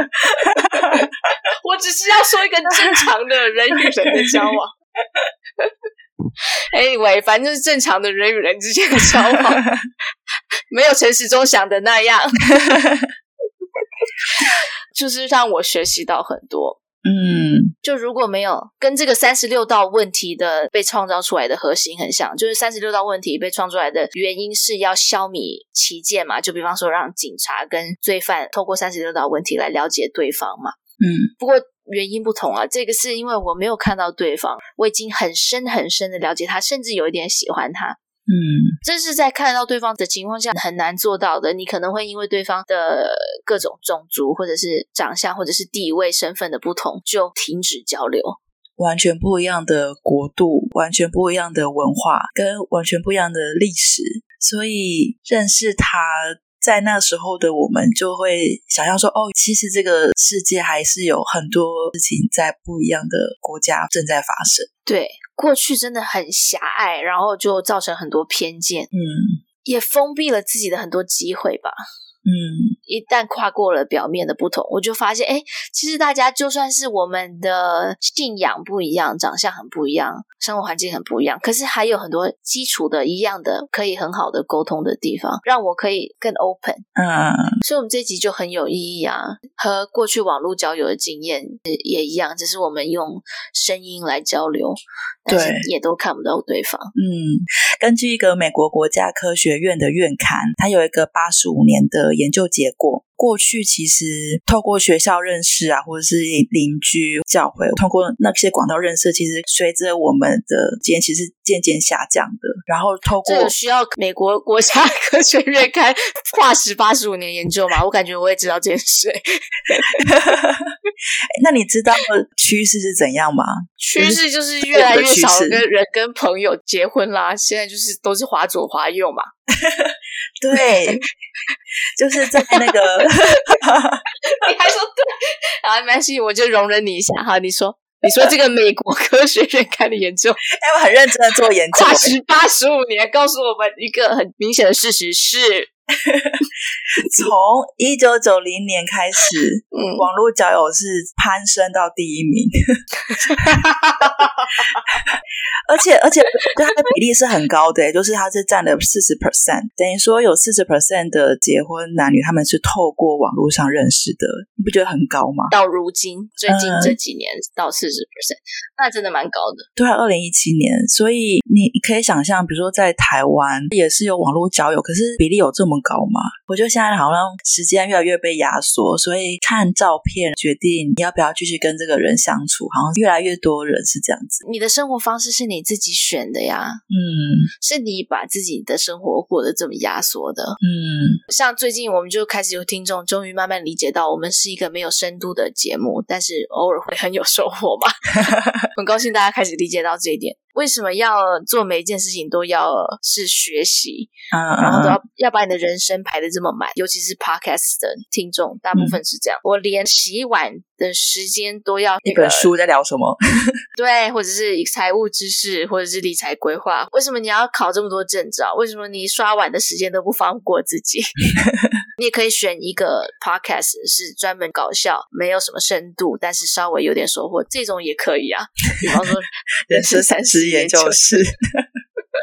[SPEAKER 1] 我只是要说一个正常的人与人的交往。Anyway，反正就是正常的人与人之间的交往，没有陈时中想的那 样。就是让我学习到很多。
[SPEAKER 3] 嗯
[SPEAKER 1] 就如果没有跟这个三十六道问题的被创造出来的核心很像，就是三十六道问题被创出来的原因是要消弭歧见嘛，就比方说让警察跟罪犯透过三十六道问题来了解对方嘛。
[SPEAKER 3] 嗯
[SPEAKER 1] 不过原因不同啊，这个是因为我没有看到对方，我已经很深很深的了解他，甚至有一点喜欢他，
[SPEAKER 3] 嗯
[SPEAKER 1] 这是在看到对方的情况下很难做到的。你可能会因为对方的各种种族，或者是长相，或者是地位、身份的不同，就停止交流。
[SPEAKER 3] 完全不一样的国度，完全不一样的文化，跟完全不一样的历史，所以认识他。在那时候的我们，就会想象说，哦，其实这个世界还是有很多事情在不一样的国家正在发生。
[SPEAKER 1] 对，过去真的很狭隘，然后就造成很多偏见，
[SPEAKER 3] 嗯
[SPEAKER 1] 也封闭了自己的很多机会吧。
[SPEAKER 3] 嗯，
[SPEAKER 1] 一旦跨过了表面的不同，我就发现，哎，其实大家就算是我们的信仰不一样，长相很不一样，生活环境很不一样，可是还有很多基础的一样的，可以很好的沟通的地方，让我可以更 open。
[SPEAKER 3] 嗯，
[SPEAKER 1] 所以，我们这集就很有意义啊，和过去网络交友的经验呃也一样，只是我们用声音来交流，但是
[SPEAKER 3] 对
[SPEAKER 1] 也都看不到对方。
[SPEAKER 3] 嗯，根据一个美国国家科学院的院刊，它有一个八十五年的研究结果。过去其实透过学校认识啊，或者是邻居、教会，通过那些广告认识，其实随着我们的间其实渐渐下降的。然后透过
[SPEAKER 7] 这有需要美国国家 科学院开跨时八十五年研究吗？我感觉我也知道这件事。
[SPEAKER 3] 哎那你知道趋势是怎样吗？
[SPEAKER 7] 趋势就是越来越少
[SPEAKER 3] 嗯趋势
[SPEAKER 7] 跟人跟朋友结婚啦，现在就是都是滑左滑右嘛。
[SPEAKER 3] 对， 就是在那个 哎
[SPEAKER 7] 你还说对啊？没关系，我就容忍你一下。好，你说，你说这个美国 科学院开的研究，
[SPEAKER 3] 哎，我很认真的做研 究
[SPEAKER 7] 跨，时八十五年，告诉我们一个很明显的事实是，
[SPEAKER 3] 从一九九零年开始，
[SPEAKER 7] 嗯，
[SPEAKER 3] 网络交友是攀升到第一名，而且而且对它的比例是很高的，欸就是它是占了四十 percent，等于说有四十 percent 的结婚男女他们是透过网络上认识的，你不觉得很高吗？
[SPEAKER 1] 到如今，最近
[SPEAKER 3] 嗯
[SPEAKER 1] 这几年到四十 percent，那真的蛮高的。
[SPEAKER 3] 对啊，二零一七年，所以你可以想象，比如说在台湾也是有网络交友，可是比例有这么高吗？我觉得现在好像时间越来越被压缩，所以看照片决定你要不要继续跟这个人相处，好像越来越多人是这样子。
[SPEAKER 1] 你的生活方式是你自己选的呀，
[SPEAKER 3] 嗯
[SPEAKER 1] 是你把自己的生活过得这么压缩的。
[SPEAKER 3] 嗯，
[SPEAKER 1] 像最近我们就开始有听众终于慢慢理解到，我们是一个没有深度的节目，但是偶尔会很有收获嘛。很高兴大家开始理解到这一点。为什么要做每一件事情都要是学习，然后都要、
[SPEAKER 3] 啊，
[SPEAKER 1] 要把你的人生排的这么满？尤其是 podcast 的听众，大
[SPEAKER 3] 嗯
[SPEAKER 1] 部分是这样。我连洗碗的时间都要、那
[SPEAKER 3] 一
[SPEAKER 1] 个、
[SPEAKER 3] 本书在聊什么？，
[SPEAKER 1] 对，或者是财务知识，或者是理财规划。为什么你要考这么多证照？为什么你刷碗的时间都不放过自己？ 你也可以选一个 podcast 是专门搞笑，没有什么深度，但是稍微有点收获，这种也可以啊。比方说
[SPEAKER 3] 人生 三十研究
[SPEAKER 1] 室，
[SPEAKER 3] 室。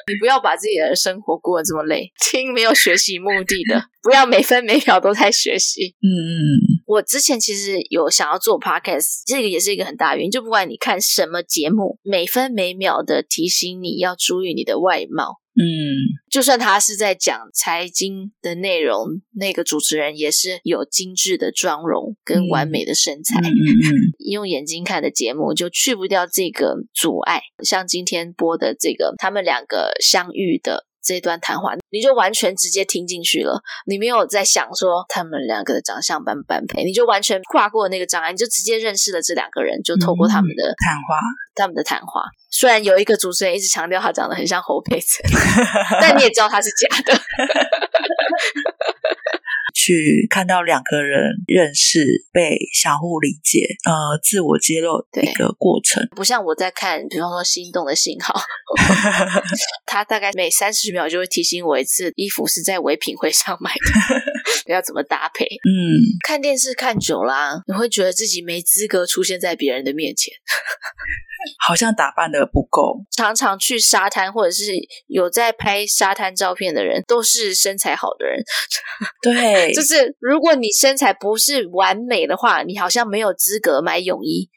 [SPEAKER 1] 你不要把自己的生活过得这么累，
[SPEAKER 7] 听没有学习目的的，不要每分每秒都在学习。
[SPEAKER 3] 嗯嗯
[SPEAKER 1] 我之前其实有想要做 podcast，这个也是一个很大原因。就不管你看什么节目，每分每秒的提醒你要注意你的外貌。
[SPEAKER 3] 嗯，
[SPEAKER 1] 就算他是在讲财经的内容，那个主持人也是有精致的妆容跟完美的身材。
[SPEAKER 3] 嗯嗯嗯，
[SPEAKER 1] 用眼睛看的节目就去不掉这个阻碍。像今天播的这个，他们两个相遇的。这段谈话，你就完全直接听进去了，你没有在想说他们两个的长相般不般配，你就完全跨过那个障碍，你就直接认识了这两个人，就透过他们的、
[SPEAKER 3] 谈话。
[SPEAKER 1] 他们的谈话。虽然有一个主持人一直强调他长得很像侯佩岑，但你也知道他是假的。
[SPEAKER 3] 去看到两个人认识、被相互理解、呃，自我揭露的一个过程。
[SPEAKER 1] 不像我在看，比方说《心动的信 号》，他大概每三十秒就会提醒我一次，衣服是在唯品会上买 的，要怎么搭配。
[SPEAKER 3] 嗯，
[SPEAKER 1] 看电视看久啦、你会觉得自己没资格出现在别人的面前。
[SPEAKER 3] 好像打扮的不够。
[SPEAKER 1] 常常去沙滩，或者是有在拍沙滩照片的人，都是身材好的人。
[SPEAKER 3] 对，
[SPEAKER 1] 就是如果你身材不是完美的话，你好像没有资格买泳衣，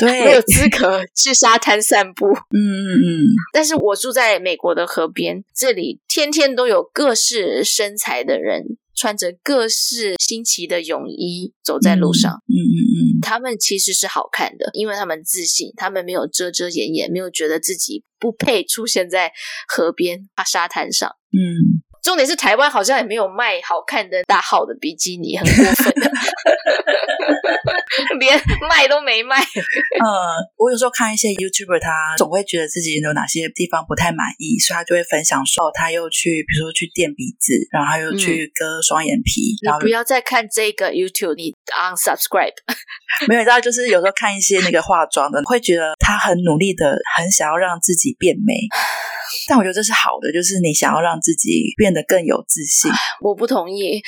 [SPEAKER 1] 没
[SPEAKER 3] 对，
[SPEAKER 1] 有
[SPEAKER 3] 嗯
[SPEAKER 1] 资格去沙滩散步。
[SPEAKER 3] 嗯嗯，
[SPEAKER 1] 但是我住在美国的河边，这里天天都有各式身材的人，穿着各式新奇的泳衣走在路上。
[SPEAKER 3] 嗯嗯嗯，
[SPEAKER 1] 他们其实是好看的，因为他们自信，他们没有遮遮掩掩，没有觉得自己不配出现在河边、啊沙滩上。
[SPEAKER 3] 嗯，
[SPEAKER 1] 重点是台湾好像也没有卖好看的大号的比基尼，很过分，啊
[SPEAKER 7] 连卖都没卖。
[SPEAKER 3] 呃，我有时候看一些 YouTuber，他总会觉得自己有哪些地方不太满意，所以他就会分享说，哦他又去，比如说去垫鼻子，然后他又去割双眼皮，
[SPEAKER 1] 你
[SPEAKER 3] 然后
[SPEAKER 1] 不要再看这个 YouTube，你 unsubscribe。
[SPEAKER 3] 没有，你知道，就是有时 候看一些那个化妆的，会觉得她很努力的，很想要让自己变美，但我觉得这是好的，就是你想要让自己变得更有自信。
[SPEAKER 1] 我不同意。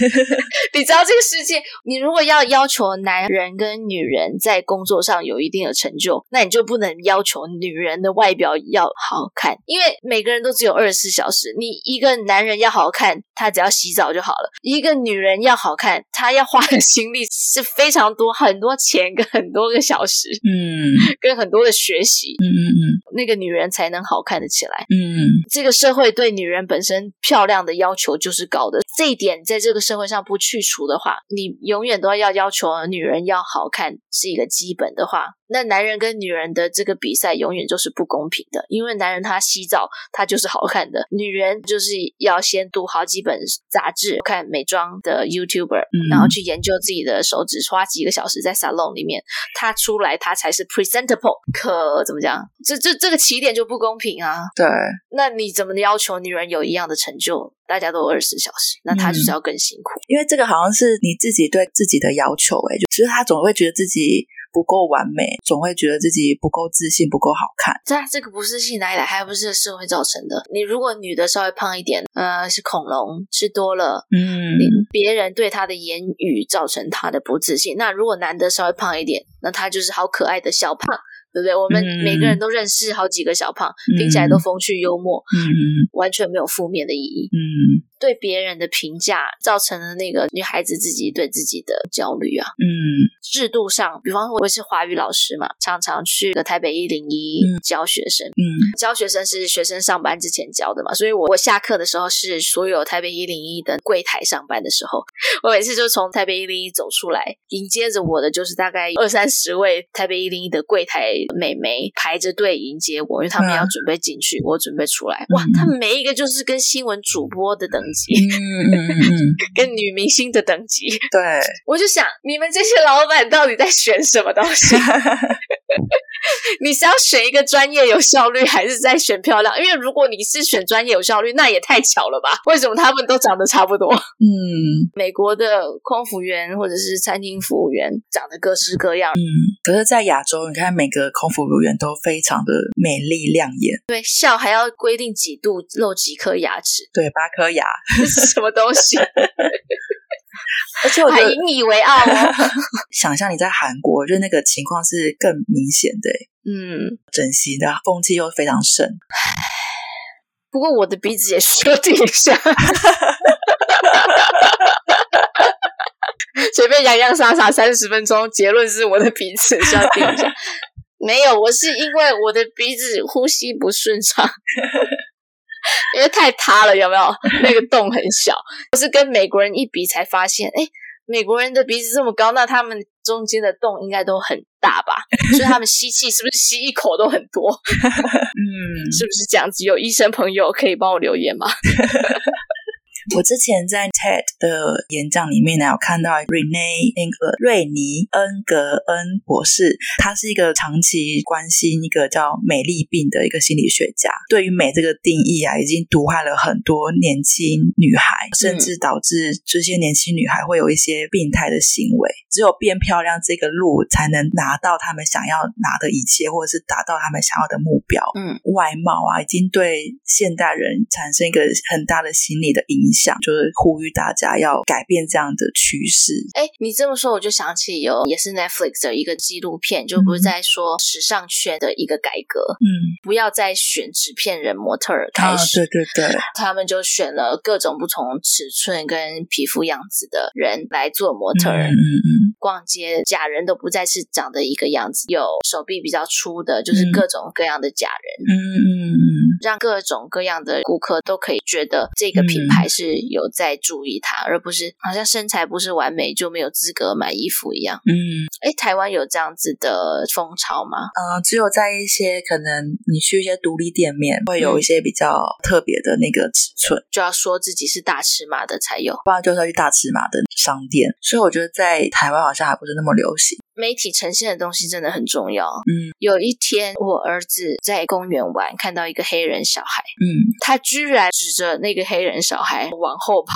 [SPEAKER 1] 你知道这个世界，你如果要要求男人跟女人在工作上有一定的成就，那你就不能要求女人的外表要好看，因为每个人都只有二十四小时。你一个男人要好看，他只要洗澡就好了；一个女人要好看，她要花的心力是非常多，很多钱跟很多个小时，
[SPEAKER 3] 嗯
[SPEAKER 1] 跟很多的学习，
[SPEAKER 3] 嗯嗯
[SPEAKER 1] 那个女人才能好看的起来。
[SPEAKER 3] 嗯嗯，
[SPEAKER 1] 这个社会对女人本身漂亮的要求就是高的，这一点在这个社会上不去除的话，你永远都要要求女人要好看是一个基本的话，那男人跟女人的这个比赛永远就是不公平的，因为男人他洗澡他就是好看的，女人就是要先读好几本杂志，看美妆的 YouTuber，、
[SPEAKER 3] 嗯
[SPEAKER 1] 然后去研究自己的手指，花几个小时在 salon 里面，她出来她才是 presentable，可怎么讲？这这这个起点就不公平啊！
[SPEAKER 3] 对，
[SPEAKER 1] 那你怎么要求女人有一样的成就？大家都二十小时，那她
[SPEAKER 3] 嗯
[SPEAKER 1] 就是要更辛苦。
[SPEAKER 3] 因为这个好像是你自己对自己的要求、欸，哎，就是他总会觉得自己不够完美，总会觉得自己不够自信，不够好看。
[SPEAKER 1] 但这个不是性哪里来，还不是社会造成的。你如果女的稍微胖一点，呃，是恐龙吃多了，
[SPEAKER 3] 嗯
[SPEAKER 1] 你别人对她的言语造成她的不自信。那如果男的稍微胖一点，那他就是好可爱的小胖，对不对？我们
[SPEAKER 3] 嗯
[SPEAKER 1] 每个人都认识好几个小胖，听起来都风趣幽默，
[SPEAKER 3] 嗯嗯
[SPEAKER 1] 完全没有负面的意义。
[SPEAKER 3] 嗯
[SPEAKER 1] 对别人的评价造成了那个女孩子自己对自己的焦虑啊。
[SPEAKER 3] 嗯
[SPEAKER 1] 制度上，比方说我是华语老师嘛，常常去个台北一零一
[SPEAKER 3] 嗯
[SPEAKER 1] 教学生。
[SPEAKER 3] 嗯
[SPEAKER 1] 教学生是学生上班之前教的嘛，所以我我下课的时候是所有台北一零一的柜台上班的时候， 我每次就从台北一零一走出来，迎接着我的就是大概二三十位台北一零一的柜台美眉排着队迎接我，因为他们
[SPEAKER 3] 嗯
[SPEAKER 1] 要准备进去，我准备出来，哇
[SPEAKER 3] 嗯，
[SPEAKER 1] 他们每一个就是跟新闻主播的等 级，
[SPEAKER 3] 嗯嗯 嗯，
[SPEAKER 1] 跟女明星的等级，
[SPEAKER 3] 对，
[SPEAKER 1] 我就想，你们这些老板到底在选什么东西？你是要选一个专业有效率，还是在选漂亮？因为如果你是选专业有效率，那也太巧了吧？为什么他们都长得差不多？
[SPEAKER 3] 嗯
[SPEAKER 1] 美国的空服员或者是餐厅服务员长得各式各样，
[SPEAKER 3] 嗯。可是，在亚洲，你看每个空服务员都非常的美丽亮眼，
[SPEAKER 1] 对，笑还要规定几度露几颗牙齿，
[SPEAKER 3] 对，八颗牙，
[SPEAKER 1] 这是什么东西？
[SPEAKER 3] 而且我觉
[SPEAKER 1] 还
[SPEAKER 3] 得
[SPEAKER 1] 引以为傲哦。
[SPEAKER 3] 想象你在韩国，就那个情况是更明显的、欸，
[SPEAKER 1] 嗯，
[SPEAKER 3] 整形的风气又非常盛。
[SPEAKER 1] 不过我的鼻子也需要定一下。随便洋洋洒洒三十分钟，结论是我的鼻子需要定一下。没有，我是因为我的鼻子呼吸不顺畅，因为太塌了，有没有？那个洞很小。我是跟美国人一比才发现，哎，美国人的鼻子这么高，那他们中间的洞应该都很大吧？所以他们吸气是不是吸一口都很多？
[SPEAKER 3] 嗯，
[SPEAKER 1] 是不是这样子？有医生朋友可以帮我留言吗？
[SPEAKER 3] 我之前在 TED 的演讲里面呢，有看到 Rene 那个瑞尼恩格恩博士，他是一个长期关心一个叫美丽病的一个心理学家。对于美这个定义啊，已经毒害了很多年轻女孩，甚至导致这些年轻女孩会有一些病态的行为。只有变漂亮这个路，才能拿到他们想要拿的一切，或者是达到他们想要的目标。外貌啊，已经对现代人产生一个很大的心理的影响，就是呼吁大家要改变这样的趋势。
[SPEAKER 1] 哎，你这么说，我就想起有也是 Netflix 的一个纪录片，就不是在说时尚圈的一个改革，
[SPEAKER 3] 嗯，
[SPEAKER 1] 不要再选纸片人模特儿
[SPEAKER 3] 啊
[SPEAKER 1] 开，始，
[SPEAKER 3] 对对对，
[SPEAKER 1] 他们就选了各种不同尺寸跟皮肤样子的人来做模特儿。
[SPEAKER 3] 嗯嗯
[SPEAKER 1] 逛街假人都不再是长得一个样子，有手臂比较粗的，就是
[SPEAKER 3] 嗯
[SPEAKER 1] 各种各样的假人，
[SPEAKER 3] 嗯嗯嗯
[SPEAKER 1] 让各种各样的顾客都可以觉得这个
[SPEAKER 3] 嗯
[SPEAKER 1] 品牌是有在注意它，而不是好像身材不是完美就没有资格买衣服一样。
[SPEAKER 3] 嗯嗯，
[SPEAKER 1] 哎，台湾有这样子的风潮吗？
[SPEAKER 3] 呃，只有在一些可能你去一些独立店面，
[SPEAKER 1] 嗯
[SPEAKER 3] 会有一些比较特别的那个尺寸。
[SPEAKER 1] 就要说自己是大尺码的才有。
[SPEAKER 3] 不然就是要去大尺码的商店，所以我觉得在台湾好像还不是那么流行。
[SPEAKER 1] 媒体呈现的东西真的很重要。
[SPEAKER 3] 嗯，
[SPEAKER 1] 有一天我儿子在公园玩，看到一 个黑人小孩，
[SPEAKER 3] 嗯，
[SPEAKER 1] 他居然指着那个黑人小孩往后跑，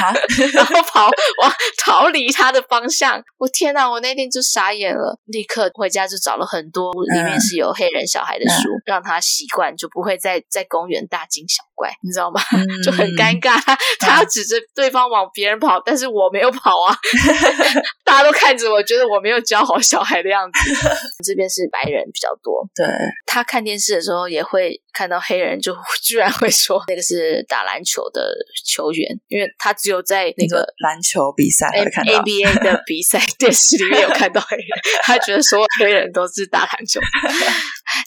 [SPEAKER 3] 哈，
[SPEAKER 1] 然后跑往逃离他的方向。我天哪！我那天就傻眼了，立刻回家就找了很多里面是有黑人小孩的书，让他习惯，就不会再在公园大惊小怪，你知道吗？
[SPEAKER 3] 嗯
[SPEAKER 1] 就很尴尬，他他要指着对方往别人跑，但是我没有跑啊， 大家都看着我，觉得我没有教好小孩的样子。这边是白人比较多，
[SPEAKER 3] 对，
[SPEAKER 1] 他看电视的时候也会看到黑人，就居然会说那个是打篮球的球员，因为他只有在那
[SPEAKER 3] 那
[SPEAKER 1] 个
[SPEAKER 3] 个篮球比赛会
[SPEAKER 1] N
[SPEAKER 3] 看到
[SPEAKER 1] NBA 的比赛电视里面有看到黑人，他觉得所有黑人都是打篮球。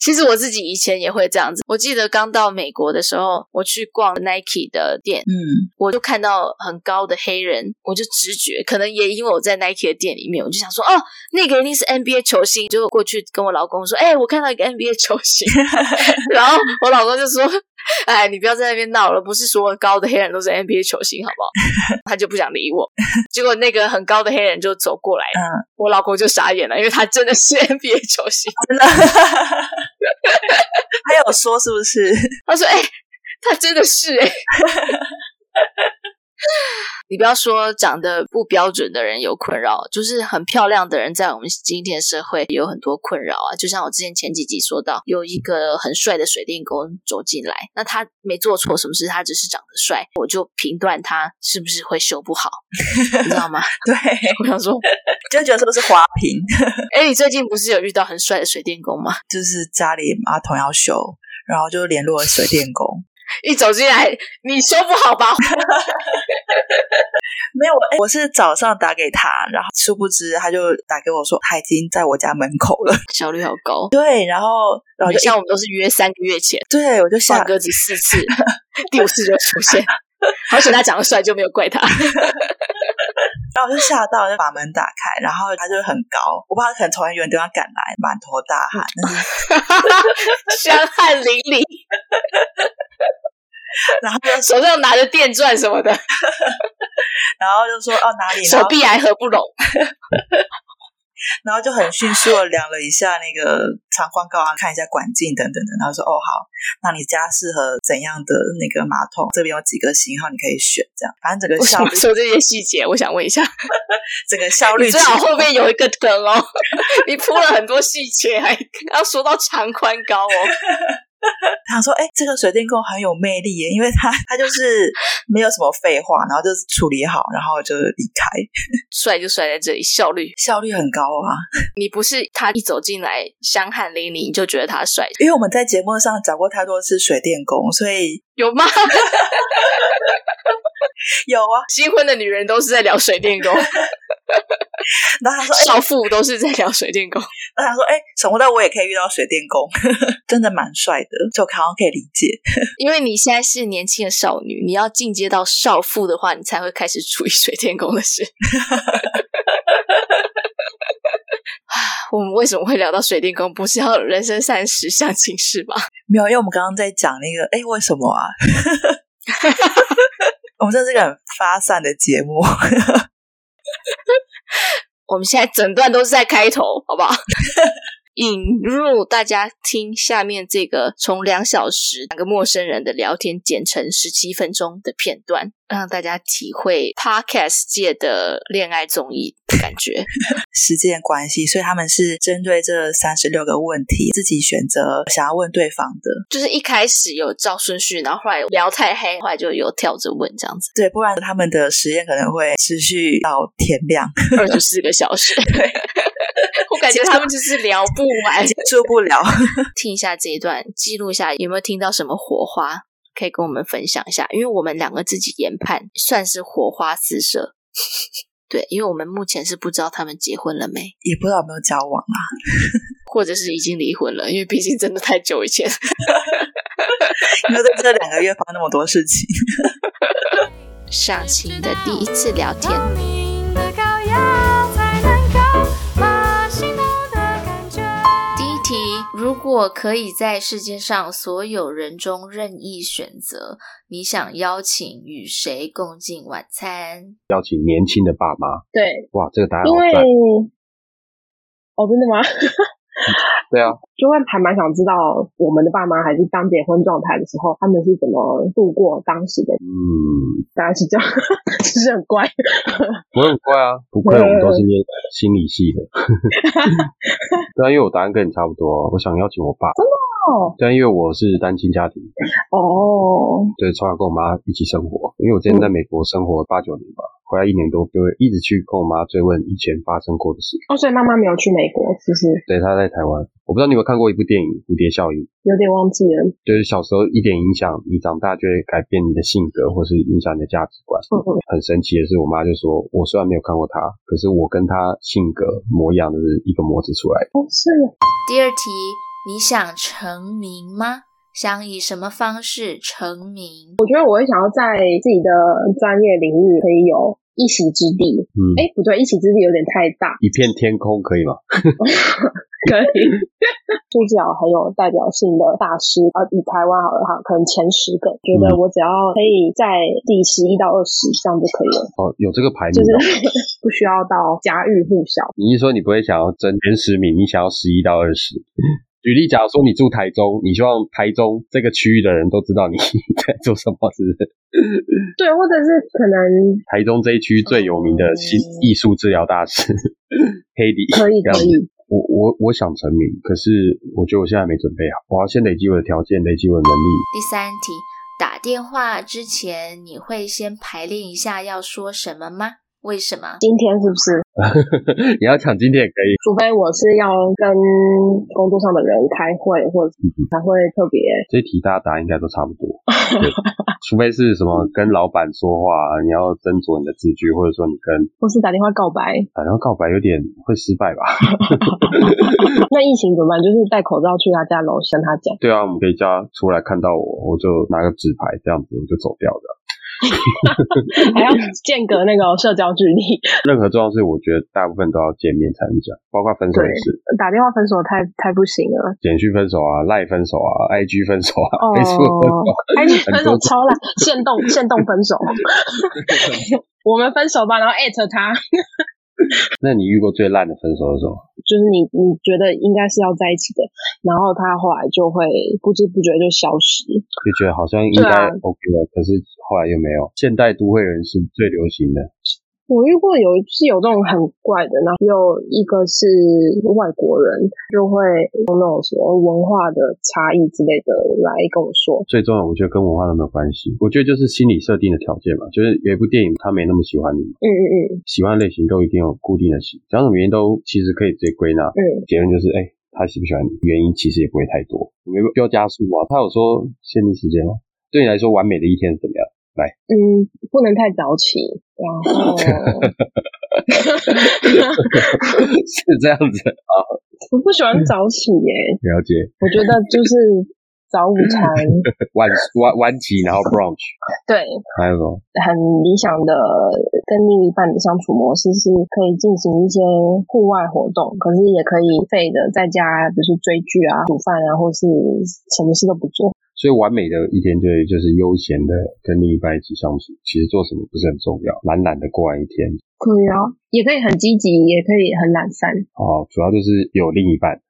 [SPEAKER 1] 其实我自己以前也会这样子，我记得刚到美国的时候，我去逛 Nike 的店，
[SPEAKER 3] 嗯，
[SPEAKER 1] 我就看到很高的黑人，我就直觉，可能也因为我在 Nike 的店里面，我就想说，哦，那个一定是 NBA 球星，就过去跟我老公说，哎、我看到一个 NBA 球星， 然后我老公就说，哎，你不要在那边闹了，不是所有高的黑人都是 NBA 球星，好不好？ 他就不想理我，结果那个很高的黑人就走过来，
[SPEAKER 3] 嗯
[SPEAKER 1] 我老公就傻眼了，因为他真的是 NBA 球星，
[SPEAKER 3] 真的， 他有说是不 是？
[SPEAKER 1] 他说，哎、他真的是哎、 你不要说长得不标准的人有困扰，就是很漂亮的人，在我们今天的社会有很多困扰啊。就像我之前前几集说到，有一个很帅的水电工走进来，那他没做错什么事，他只是长得帅，我就评断他是不是会修不好，你知道吗？
[SPEAKER 3] 对，
[SPEAKER 1] 我想说，
[SPEAKER 3] 就觉得是不是花瓶？
[SPEAKER 1] 哎、你最近不是有遇到很帅的水电工吗？
[SPEAKER 3] 就是家里马桶要修，然后就联络了水电工。
[SPEAKER 1] 一走进来，你修不好吧？
[SPEAKER 3] 没有，哎我是早上打给他，然后殊不知他就打给我说他已经在我家门口了。
[SPEAKER 1] 效率好高。
[SPEAKER 3] 对，然后然后
[SPEAKER 1] 就
[SPEAKER 3] 就
[SPEAKER 1] 像我们都是约三个月前。
[SPEAKER 3] 对我就下
[SPEAKER 1] 放鸽子四次， 第五次就出 现。好险他长得帅，就没有 怪他。
[SPEAKER 3] 然后我就吓到，就把门打开，然后他就很高，我爸可能从很远地方赶来，满头大汗， 但是
[SPEAKER 1] 香汗淋漓，
[SPEAKER 3] 然后就
[SPEAKER 1] 手上拿着电钻什么的，
[SPEAKER 3] 然后就说哦哪 里，然
[SPEAKER 1] 手
[SPEAKER 3] 后
[SPEAKER 1] 臂还合不拢。
[SPEAKER 3] 然后就很迅速的量了一下那个长宽高啊，看一下管径等等等，然后说哦好，那你家适合怎样的那个马桶？这边有几个型号你可以选，这样反正整
[SPEAKER 1] 为
[SPEAKER 3] 个
[SPEAKER 1] 什
[SPEAKER 3] 效
[SPEAKER 1] 么
[SPEAKER 3] 率，
[SPEAKER 1] 说这些细节？我想问一下，
[SPEAKER 3] 整个效率
[SPEAKER 1] 你最好
[SPEAKER 3] 极高
[SPEAKER 1] 后面有一个梗 哦，你铺了很多细节，还要说到长宽高哦。
[SPEAKER 3] 他说：“哎、这个水电工很有魅力耶，因为他他就是没有什么废话，然后就是处理好，然后就离开，
[SPEAKER 1] 帅就帅在这里，效率。
[SPEAKER 3] 效率很高啊。
[SPEAKER 1] 你不是他一走进来香汗淋漓，你就觉得他帅，
[SPEAKER 3] 因为我们在节目上讲过太多次水电工，所以
[SPEAKER 1] 有吗？
[SPEAKER 3] 有啊。
[SPEAKER 1] 新婚的女人都是在聊水电 工，
[SPEAKER 3] 然后他说：哎、
[SPEAKER 1] 少妇都是在聊水电工。
[SPEAKER 3] 然后他说：哎、想不到我也可以遇到水电工， 真的蛮帅的，就好像可以理解。
[SPEAKER 1] 因为你现在是年轻的少女，你要进阶到少妇的话，你才会开始处理水电工的事。啊我们为什么会聊到水电工？不是要人生三十相亲是吧？
[SPEAKER 3] 没有，因为我们刚刚在讲那个，哎、为什么啊？ 我们这是个很发散的节目，
[SPEAKER 1] 我们现在整段都是在开头，好不好？ 引入大家听下面这个从两小时两个陌生人的聊天剪成十七分钟的片段，让大家体会 podcast 界的恋爱综艺的感觉。
[SPEAKER 3] 时间的关系，所以他们是针对这三十六个问题自己选择想要问对方的。，
[SPEAKER 1] 就是一开始有照顺序，然后后来聊太黑，后来就有跳着问这样子
[SPEAKER 3] 对，不然他们的实验可能会持续到天亮，
[SPEAKER 1] 二十四个小时。 我感觉他们就是聊不完
[SPEAKER 3] 结。束不了。
[SPEAKER 1] 听一下这一段，记录一下有没有听到什么火花，可以跟我们分享一下，因为我们两个自己研判算是火花四射。对，因为我们目前是不知道他们结婚了没，
[SPEAKER 3] 也不知道有没有交往啊，
[SPEAKER 1] 或者是已经离婚了，因为毕竟真的太久以前。
[SPEAKER 3] 因为在这两个月发生那么多事情。
[SPEAKER 1] 相亲的第一次聊
[SPEAKER 8] 聪
[SPEAKER 1] 天，
[SPEAKER 8] 明的羔羊才能够把心动的感觉。
[SPEAKER 9] 第一题，如果可以在世界上所有人中任意选择，你想邀请与谁共进晚餐？
[SPEAKER 10] 邀请年轻的爸妈，
[SPEAKER 11] 对，
[SPEAKER 10] 啊哇，这个答案
[SPEAKER 11] 因
[SPEAKER 10] 好
[SPEAKER 11] 为
[SPEAKER 10] 赞！
[SPEAKER 11] 哦，真的吗？
[SPEAKER 10] 对啊，
[SPEAKER 11] 就会还蛮想知道我们的爸妈还是刚结婚状态的时候，他们是怎么度过当时的，
[SPEAKER 10] 嗯，
[SPEAKER 11] 大概是这样， 其实很乖。
[SPEAKER 10] 我很乖啊，不愧我们都是念心理系的。对啊，因为我答案跟你差不多啊，我想邀请我爸。真的
[SPEAKER 11] 哦？
[SPEAKER 10] 对啊，因为我是单亲家庭，
[SPEAKER 11] 哦，
[SPEAKER 10] 对，从小跟我妈一起生活。因为我之前在美国生活八九年吧，回来一年多，就会一直去跟我妈追问以前发生过的事。
[SPEAKER 11] 哦，所以妈妈没有去美国，其实
[SPEAKER 10] 对，她在台湾，我不知道你有没有看过一部电影《蝴蝶效应》。
[SPEAKER 11] 有点忘记了。
[SPEAKER 10] 就是小时候一点影响，你长大就会改变你的性格，或是影响你的价值观。
[SPEAKER 11] 嗯嗯
[SPEAKER 10] 很神奇的是，我妈就说，我虽然没有看过她，可是我跟她性格模样就是一个模子出来的。
[SPEAKER 11] 哦，是
[SPEAKER 12] 第二题，你想成名吗？想以什么方式成名？
[SPEAKER 11] 我觉得我会想要在自己的专业领域可以有一席之地。
[SPEAKER 10] 嗯，
[SPEAKER 11] 哎，不对，一席之地有点太大，
[SPEAKER 10] 一片天空可以吗？
[SPEAKER 11] 可以出角很有代表性的大师，呃，以台湾好了哈，可能前十个，觉得我只要可以在第十一到二十这样就可以了，
[SPEAKER 10] 哦，有这个排名
[SPEAKER 11] 就是
[SPEAKER 10] 哦。
[SPEAKER 11] 不需要到家喻户晓。
[SPEAKER 10] 你是说你不会想要争前十名，你想要十一到二十？举例，假如说你住台中，你希望台中这个区域的人都知道你 在做什么，是不是？
[SPEAKER 11] 对，或者是可能
[SPEAKER 10] 台中这一区最有名的新艺术治疗大师黑迪，
[SPEAKER 11] 哦可以
[SPEAKER 10] 这样
[SPEAKER 11] 可
[SPEAKER 10] 子
[SPEAKER 11] 以，
[SPEAKER 10] 我我我想成名，可是我觉得我现在没准备好，我要先累积我的条件，累积我的能 力。
[SPEAKER 12] 第三题，打电话之前你会先排练一下要说什么吗？为什么？
[SPEAKER 11] 今天是不是？
[SPEAKER 10] 你要讲今天也可以，
[SPEAKER 11] 除非我是要跟工作上的人开会，或者才会特别
[SPEAKER 10] 这题大家答案应该都差不 多，对除非是什么跟老板说话，你要斟酌你的字句，或者说你跟
[SPEAKER 11] 或是打电话告白。
[SPEAKER 10] 打电话告白有点会失败吧？
[SPEAKER 11] 那疫情怎么办？就是戴口罩去他家楼下跟他讲。
[SPEAKER 10] 对啊，我们可以叫他出来看到我，我就拿个纸牌这样子，我就走掉的。
[SPEAKER 11] 还要 间隔那个社交距离。
[SPEAKER 10] 任何重要事，我觉得大部分都要见面才能讲，包括分手也是，
[SPEAKER 11] 打电话分手太太不行了。
[SPEAKER 10] 简讯分手啊，赖分手啊，IG 分手啊，
[SPEAKER 11] 哦
[SPEAKER 10] 没错，
[SPEAKER 11] 还是分
[SPEAKER 10] 很多
[SPEAKER 11] 手超烂，限 动限动分手。我们分手吧，然后艾特他，
[SPEAKER 10] 那你遇过最烂的分手是什么？
[SPEAKER 11] 就是你你觉得应该是要在一起的，然后他后来就会不知不觉就消失。
[SPEAKER 10] 就觉得好像应
[SPEAKER 11] 对
[SPEAKER 10] 该
[SPEAKER 11] 啊
[SPEAKER 10] OK 了，可是后来又没有。现代都会人是最流行的，
[SPEAKER 11] 我遇过有是有这种很怪的，然后有一个是外国人，就会用那种什么文化的差异之类的来跟我说，
[SPEAKER 10] 最重要我觉得跟文化都没有关系，我觉得就是心理设定的条件嘛，就是有一部电影他没那么喜欢你嘛，
[SPEAKER 11] 嗯嗯嗯
[SPEAKER 10] 喜欢类型都一定有固定的喜，讲什么原因都其实可以直接归纳，
[SPEAKER 11] 嗯，
[SPEAKER 10] 结论就是哎。他喜不喜欢你？原因其实也不会太多，我没必要加速啊。他有说限定时间吗？对你来说，完美的一天是怎么样？
[SPEAKER 11] 嗯，不能太早起，然 后
[SPEAKER 10] 是这样子啊，
[SPEAKER 11] 我不喜欢早起耶、
[SPEAKER 10] 了解。
[SPEAKER 11] 我觉得就是早午 餐
[SPEAKER 10] 晚晚晚起，然后 brunch，
[SPEAKER 11] 对
[SPEAKER 10] 还有什么？
[SPEAKER 11] 很理想的跟另一半的相处模式是可以进行一些户外活动，可是也可以废的在家，比如说追剧啊、煮饭啊，或是什么事都不做。
[SPEAKER 10] 所以完美的一天就是就是悠闲的跟另一半一起相处，其实做什么不是很重要，懒懒的过完一天
[SPEAKER 11] 可以啊，也可以很积极，也可以很懒散。
[SPEAKER 10] 哦，主要就是有另一半，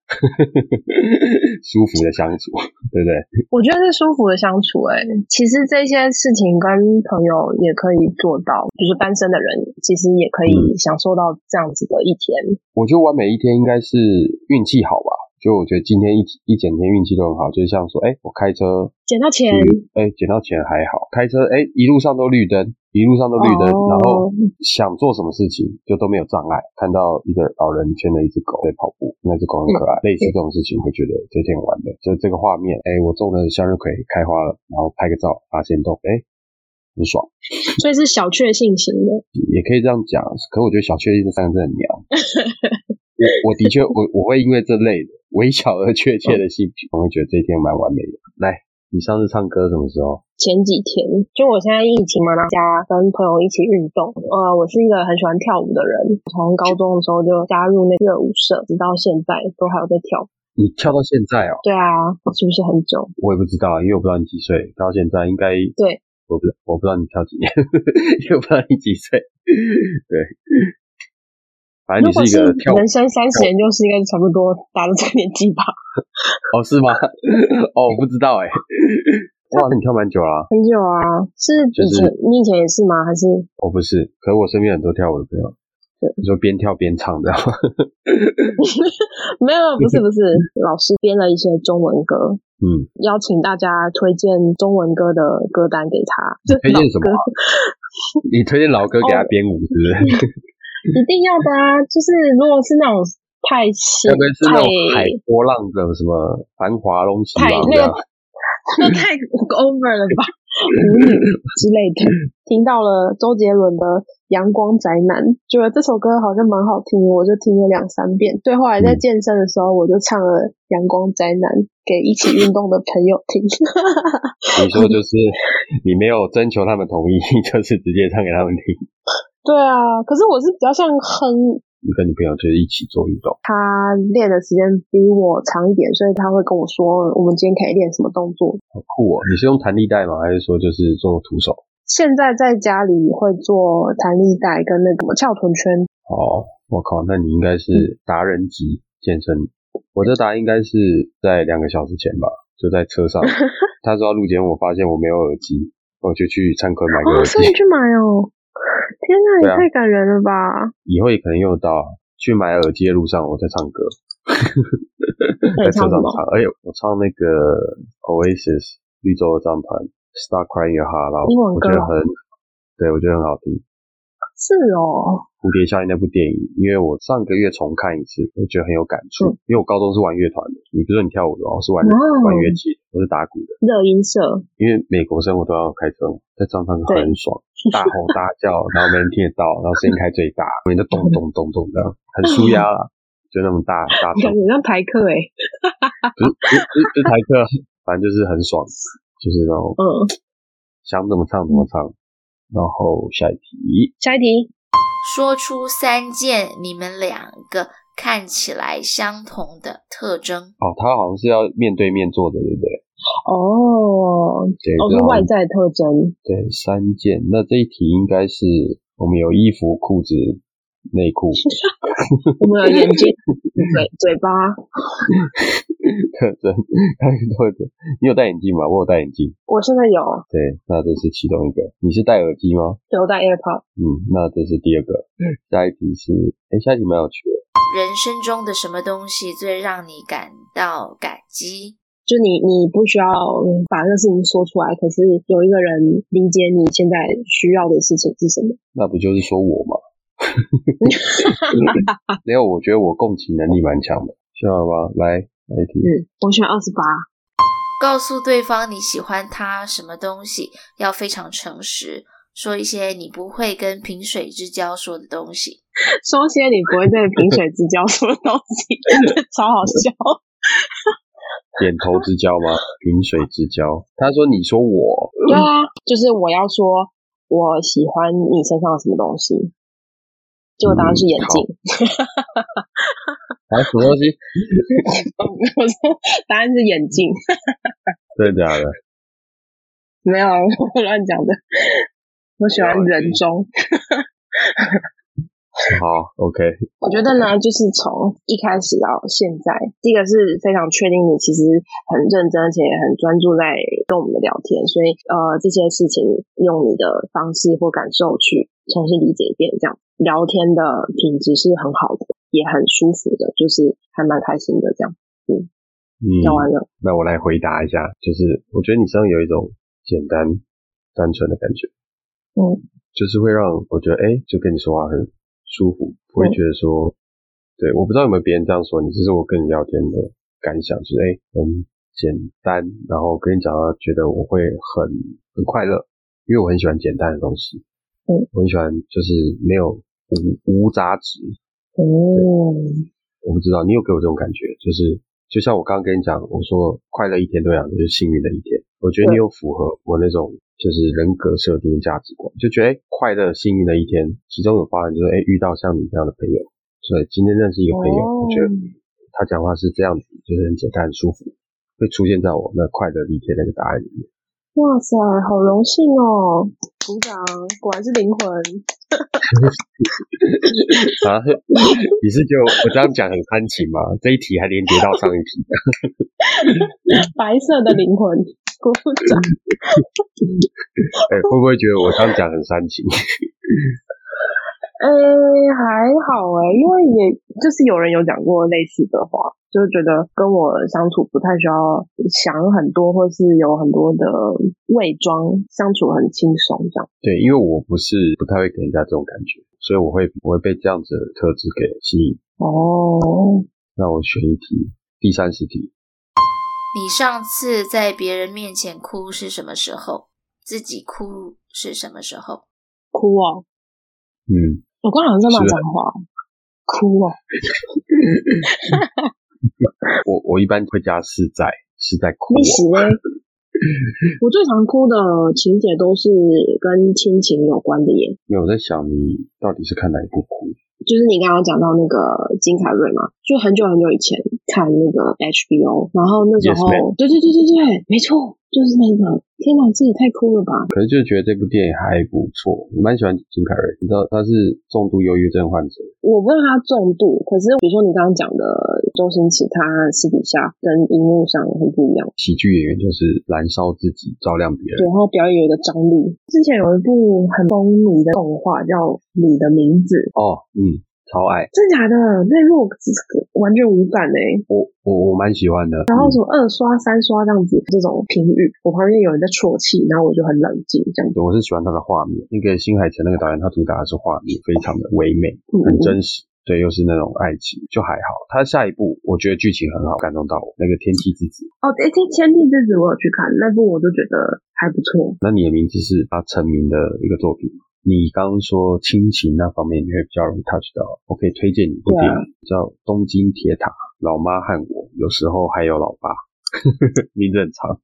[SPEAKER 10] 舒服的相处，对不对？
[SPEAKER 11] 我觉得是舒服的相处、欸。其实这些事情跟朋友也可以做到，就是单身的人其实也可以享受到这样子的一天。
[SPEAKER 10] 我觉得完美一天应该是运气好吧，就我觉得今天一一整天运气都很好，就是像说，哎，我开车
[SPEAKER 11] 捡到
[SPEAKER 10] 去，
[SPEAKER 11] 钱，
[SPEAKER 10] 哎，捡到钱还好，开车，哎，一路上都绿灯。一路上都绿灯，
[SPEAKER 11] 哦
[SPEAKER 10] 然后想做什么事情就都没有障碍。看到一个老人牵着一只狗在跑步，那只狗很可爱。
[SPEAKER 11] 嗯
[SPEAKER 10] 类似这种事情，会觉得这天很完美。就这个画面，哎，我种的向日葵开花了，然后拍个照发现动，哎，很爽。
[SPEAKER 11] 所以是小确幸型的。
[SPEAKER 10] 也可以这样讲，可我觉得小确幸这三个字很 娘。我我的确，我我会因为这类的微小而确切的性癖，我会觉得这一天蛮完美的。来，你上次唱歌什么时候？
[SPEAKER 11] 前几天，就我现在疫情嘛，然后家跟朋友一起运动。呃，我是一个很喜欢跳舞的人，从高中的时候就加入那个热舞社，直到现在都还有在跳。
[SPEAKER 10] 你跳到现在哦，
[SPEAKER 11] 对啊，是不是很久？
[SPEAKER 10] 我也不知道，因为我不知道你几岁，到现在应该
[SPEAKER 11] 对，
[SPEAKER 10] 我不知我 不知道你跳几年，因为我不知道你几岁。对，反正你
[SPEAKER 11] 如果
[SPEAKER 10] 一个跳舞
[SPEAKER 11] 人生三十年，就是应该差不多达到这个年纪吧。
[SPEAKER 10] 哦 是吗？ 哦我不知道哎、哇，那你跳蛮久啦、
[SPEAKER 11] 很久啊，是
[SPEAKER 10] 就
[SPEAKER 11] 以
[SPEAKER 10] 是
[SPEAKER 11] 前、你以前也是吗？还是
[SPEAKER 10] 哦不是，可是我身边很多跳舞的朋友，你说边跳边唱的，
[SPEAKER 11] 没有？不是不是，老师编了一些中文歌，
[SPEAKER 10] 嗯，
[SPEAKER 11] 邀请大家推荐中文歌的歌单给他。
[SPEAKER 10] 推荐什么啊、你推荐老歌
[SPEAKER 11] 哦
[SPEAKER 10] 给他编舞是不是？
[SPEAKER 11] 一定要的啊！就是如果是那种太新
[SPEAKER 10] 该不会是那种海
[SPEAKER 11] 太
[SPEAKER 10] 波浪的什么繁华啊龙起
[SPEAKER 11] 太
[SPEAKER 10] 浪
[SPEAKER 11] 那
[SPEAKER 10] 这样
[SPEAKER 11] 个？那太 over 了吧，腐女之类的。听到了周杰伦的《阳光宅男》，觉得这首歌好像蛮好听，我就听了两三遍。对，后来在
[SPEAKER 10] 嗯
[SPEAKER 11] 健身的时候，我就唱了《阳光宅男》给一起运动的朋友听。
[SPEAKER 10] 你说就是你没有征求他们同意， 就是直接唱给他们听。
[SPEAKER 11] 对啊，可是我是比较像哼，
[SPEAKER 10] 你跟你朋友就是一起做运动，
[SPEAKER 11] 他练的时间比我长一点，所以他会跟我说我们今天可以练什么动作。
[SPEAKER 10] 好酷哦！你是用弹力带吗？还是说就是做徒手？
[SPEAKER 11] 现在在家里会做弹力带跟那个什么翘臀圈，
[SPEAKER 10] 哦，我靠，那你应该是达人级健身。我这答应该是在两个小时前吧，就在车 上。他说要录节目，我发现我没有耳机，我就去灿坤买个
[SPEAKER 11] 哦，
[SPEAKER 10] 耳
[SPEAKER 11] 所
[SPEAKER 10] 机
[SPEAKER 11] 以你。去买哦！天哪，
[SPEAKER 10] 对
[SPEAKER 11] 也
[SPEAKER 10] 啊
[SPEAKER 11] 太感人了吧！
[SPEAKER 10] 以后也可能用得到啊。去买耳机的路上，我在唱歌，
[SPEAKER 11] 那
[SPEAKER 10] 在
[SPEAKER 11] 你
[SPEAKER 10] 车
[SPEAKER 11] 唱
[SPEAKER 10] 上
[SPEAKER 11] 什么
[SPEAKER 10] 唱。而且我唱那个 Oasis 绿洲的张盘《Start Crying Your Heart Out
[SPEAKER 11] 英文》，
[SPEAKER 10] 我
[SPEAKER 11] 歌
[SPEAKER 10] 觉得
[SPEAKER 11] 哦
[SPEAKER 10] 很，对我觉得很好听。
[SPEAKER 11] 是哦，
[SPEAKER 10] 蝴蝶效应那部电影，因为我上个月重看一次，我觉得很有感触。因为我高中是玩乐团的，你不是说你跳舞的哦，我是玩、
[SPEAKER 11] 哇哦
[SPEAKER 10] 玩乐器的，我是打鼓的。
[SPEAKER 11] 热音社，
[SPEAKER 10] 因为美国生活都要开车嘛，在车上
[SPEAKER 11] 对
[SPEAKER 10] 很爽，大吼大 叫，然后没人听得到，然后声音开最大，每天都咚咚咚咚的，很舒压啦，就那么大 大
[SPEAKER 11] 感
[SPEAKER 10] 声，
[SPEAKER 11] 觉像台客哎、
[SPEAKER 10] 不是不是不是不是台客，反正就是很爽，就是那种
[SPEAKER 11] 嗯，
[SPEAKER 10] 想怎么唱怎么唱。然后下一题，
[SPEAKER 11] 下一题，
[SPEAKER 12] 说出三件你们两个看起来相同的特征。
[SPEAKER 10] 哦，他好像是要面对面做的，对不对？
[SPEAKER 11] 哦，
[SPEAKER 10] 对，
[SPEAKER 11] 哦
[SPEAKER 10] 这好
[SPEAKER 11] 是
[SPEAKER 10] 像
[SPEAKER 11] 外在特征，
[SPEAKER 10] 对，三件。那这一题应该是我们有衣服、裤子、内裤，
[SPEAKER 11] 我们有眼睛、嘴、嘴巴，
[SPEAKER 10] 特征，看特征。你有戴眼镜吗？我有戴眼镜。
[SPEAKER 11] 我现在有
[SPEAKER 10] 对，那这是其中一个。你是戴耳机吗？
[SPEAKER 11] 有戴 AirPod，
[SPEAKER 10] 嗯，那这是第二个。下一题是，哎，下一题蛮有趣的。
[SPEAKER 12] 人生中的什么东西最让你感到感激？
[SPEAKER 11] 就你你不需要嗯把这个事情说出来，可是有一个人理解你现在需要的事情是什么。
[SPEAKER 10] 那不就是说我吗？ 没有，我觉得我共情能力蛮强的，知道吗？来，下一题。
[SPEAKER 11] 嗯，我选二十八，
[SPEAKER 12] 告诉对方你喜欢他什么东西，要非常诚实，说一些你不会跟萍水之交说的东西。
[SPEAKER 11] 说些你不会对萍水之交说的东西， 超好笑。
[SPEAKER 10] 点头之交吗？ 萍水之交。他说：“你说我，
[SPEAKER 11] 对啊，就是我要说我喜欢你身上的什么东西，结果答案是眼镜。
[SPEAKER 10] 啊，什么东西？
[SPEAKER 11] 嗯 我说答案是眼镜，
[SPEAKER 10] 真的假的？
[SPEAKER 11] 没有啊，我乱讲的。我喜欢人中，
[SPEAKER 10] 好，OK。”
[SPEAKER 11] 我觉得呢，就是从一开始到现在，第一个是非常确定你其实很认真，而且很专注在跟我们的聊天，所以呃，这些事情用你的方式或感受去重新理解一遍，这样聊天的品质是很好的，也很舒服的，就是还蛮开心的这样。
[SPEAKER 10] 嗯，
[SPEAKER 11] 聊完了，
[SPEAKER 10] 那我来回答一下，就是我觉得你身上有一种简单、单纯的感觉，
[SPEAKER 11] 嗯，
[SPEAKER 10] 就是会让我觉得，哎、就跟你说话很舒服，不会觉得说，对，我不知道有没有别人这样说你，这是我跟你聊天的感想，就是哎、诶很简单，然后跟你讲话，觉得我会很很快乐，因为我很喜欢简单的东西，
[SPEAKER 11] 嗯，
[SPEAKER 10] 我很喜欢就是没有无无杂质，
[SPEAKER 11] 哦，
[SPEAKER 10] 我不知道你有给我这种感觉，就是就像我刚刚跟你讲，我说快乐一天对我来讲就是幸运的一天。我觉得你有符合我那种就是人格设定价值观，就觉得、诶快乐幸运的一天，其中有包含就是哎、诶遇到像你这样的朋友，对，今天认识一个朋友，我
[SPEAKER 11] 哦
[SPEAKER 10] 觉得他讲话是这样子，就是很简单很舒服，会出现在我那快乐的一天那个答案里面。
[SPEAKER 11] 哇塞，好荣幸哦！鼓掌，果然是灵魂。
[SPEAKER 10] 啊， 你是觉得我这样讲很煽情吗？这一题还连接到上一题，
[SPEAKER 11] 白色的灵魂，鼓掌。
[SPEAKER 10] 哎、会不会觉得我这样讲很煽情？
[SPEAKER 11] 呃，还好哎、因为也就是有人有讲过类似的话，就是觉得跟我相处不太需要想很多，或是有很多的伪装，相处很轻松这样。
[SPEAKER 10] 对，因为我不是不太会给人家这种感觉，所以我会我会被这样子的特质给吸引。
[SPEAKER 11] 哦，
[SPEAKER 10] 那我选一题，第三十题，
[SPEAKER 12] 你上次在别人面前哭是什么时候？自己哭是什么时候？
[SPEAKER 11] 哭哦！
[SPEAKER 10] 嗯，
[SPEAKER 11] 我刚刚好像在骂
[SPEAKER 10] 是
[SPEAKER 11] 脏话，哭哦！
[SPEAKER 10] 我我一般会加是在是在哭
[SPEAKER 11] 历史
[SPEAKER 10] 哦，
[SPEAKER 11] 嘞，我最常哭的情节都是跟亲情有关的耶，
[SPEAKER 10] 因为我在想你到底是看哪一部哭。
[SPEAKER 11] 就是你刚刚讲到那个金凯瑞嘛，就很久很久以前看那个 HBO，然后那时
[SPEAKER 10] Yes,
[SPEAKER 11] 候
[SPEAKER 10] ma'am.
[SPEAKER 11] 对对对对对，没错，就是那个。天哪，这也太哭了吧！
[SPEAKER 10] 可是就觉得这部电影还不错，我蛮喜欢金凯瑞。你知道他是重度忧郁症患者，
[SPEAKER 11] 我不知道他重度，可是比如说你刚刚讲的周星驰，他私底下跟荧幕上很不一样。
[SPEAKER 10] 喜剧演员就是燃烧自己，照亮别人。
[SPEAKER 11] 对，他表演有一个张力。之前有一部很风靡的动画叫《你的名字》，
[SPEAKER 10] 哦，嗯，超爱
[SPEAKER 11] 真假的？那部我只完全无感哎、
[SPEAKER 10] 我，我我蛮喜欢的。
[SPEAKER 11] 然
[SPEAKER 10] 嗯
[SPEAKER 11] 后什么二刷、三刷这样子，这种评语，我旁边有人在啜泣，然后我就很冷静这样子。
[SPEAKER 10] 对我是喜欢他的画面。那个新海诚那个导演，他主打的是画面，非常的唯美，
[SPEAKER 11] 嗯
[SPEAKER 10] 很真实。对，又是那种爱情，就还好。他下一部我觉得剧情很好，感动到我。那个《天气之子》，
[SPEAKER 11] 哦，诶，这《千地之子》我有去看，那部我都觉得还不错。
[SPEAKER 10] 那你的名字是他成名的一个作品。你刚刚说亲情那方面，你会比较容易 touch 到。我可以推荐你一部
[SPEAKER 11] 对
[SPEAKER 10] 电
[SPEAKER 11] 啊
[SPEAKER 10] 影，叫《东京铁塔》，老妈和我，有时候还有老爸， 名字很长。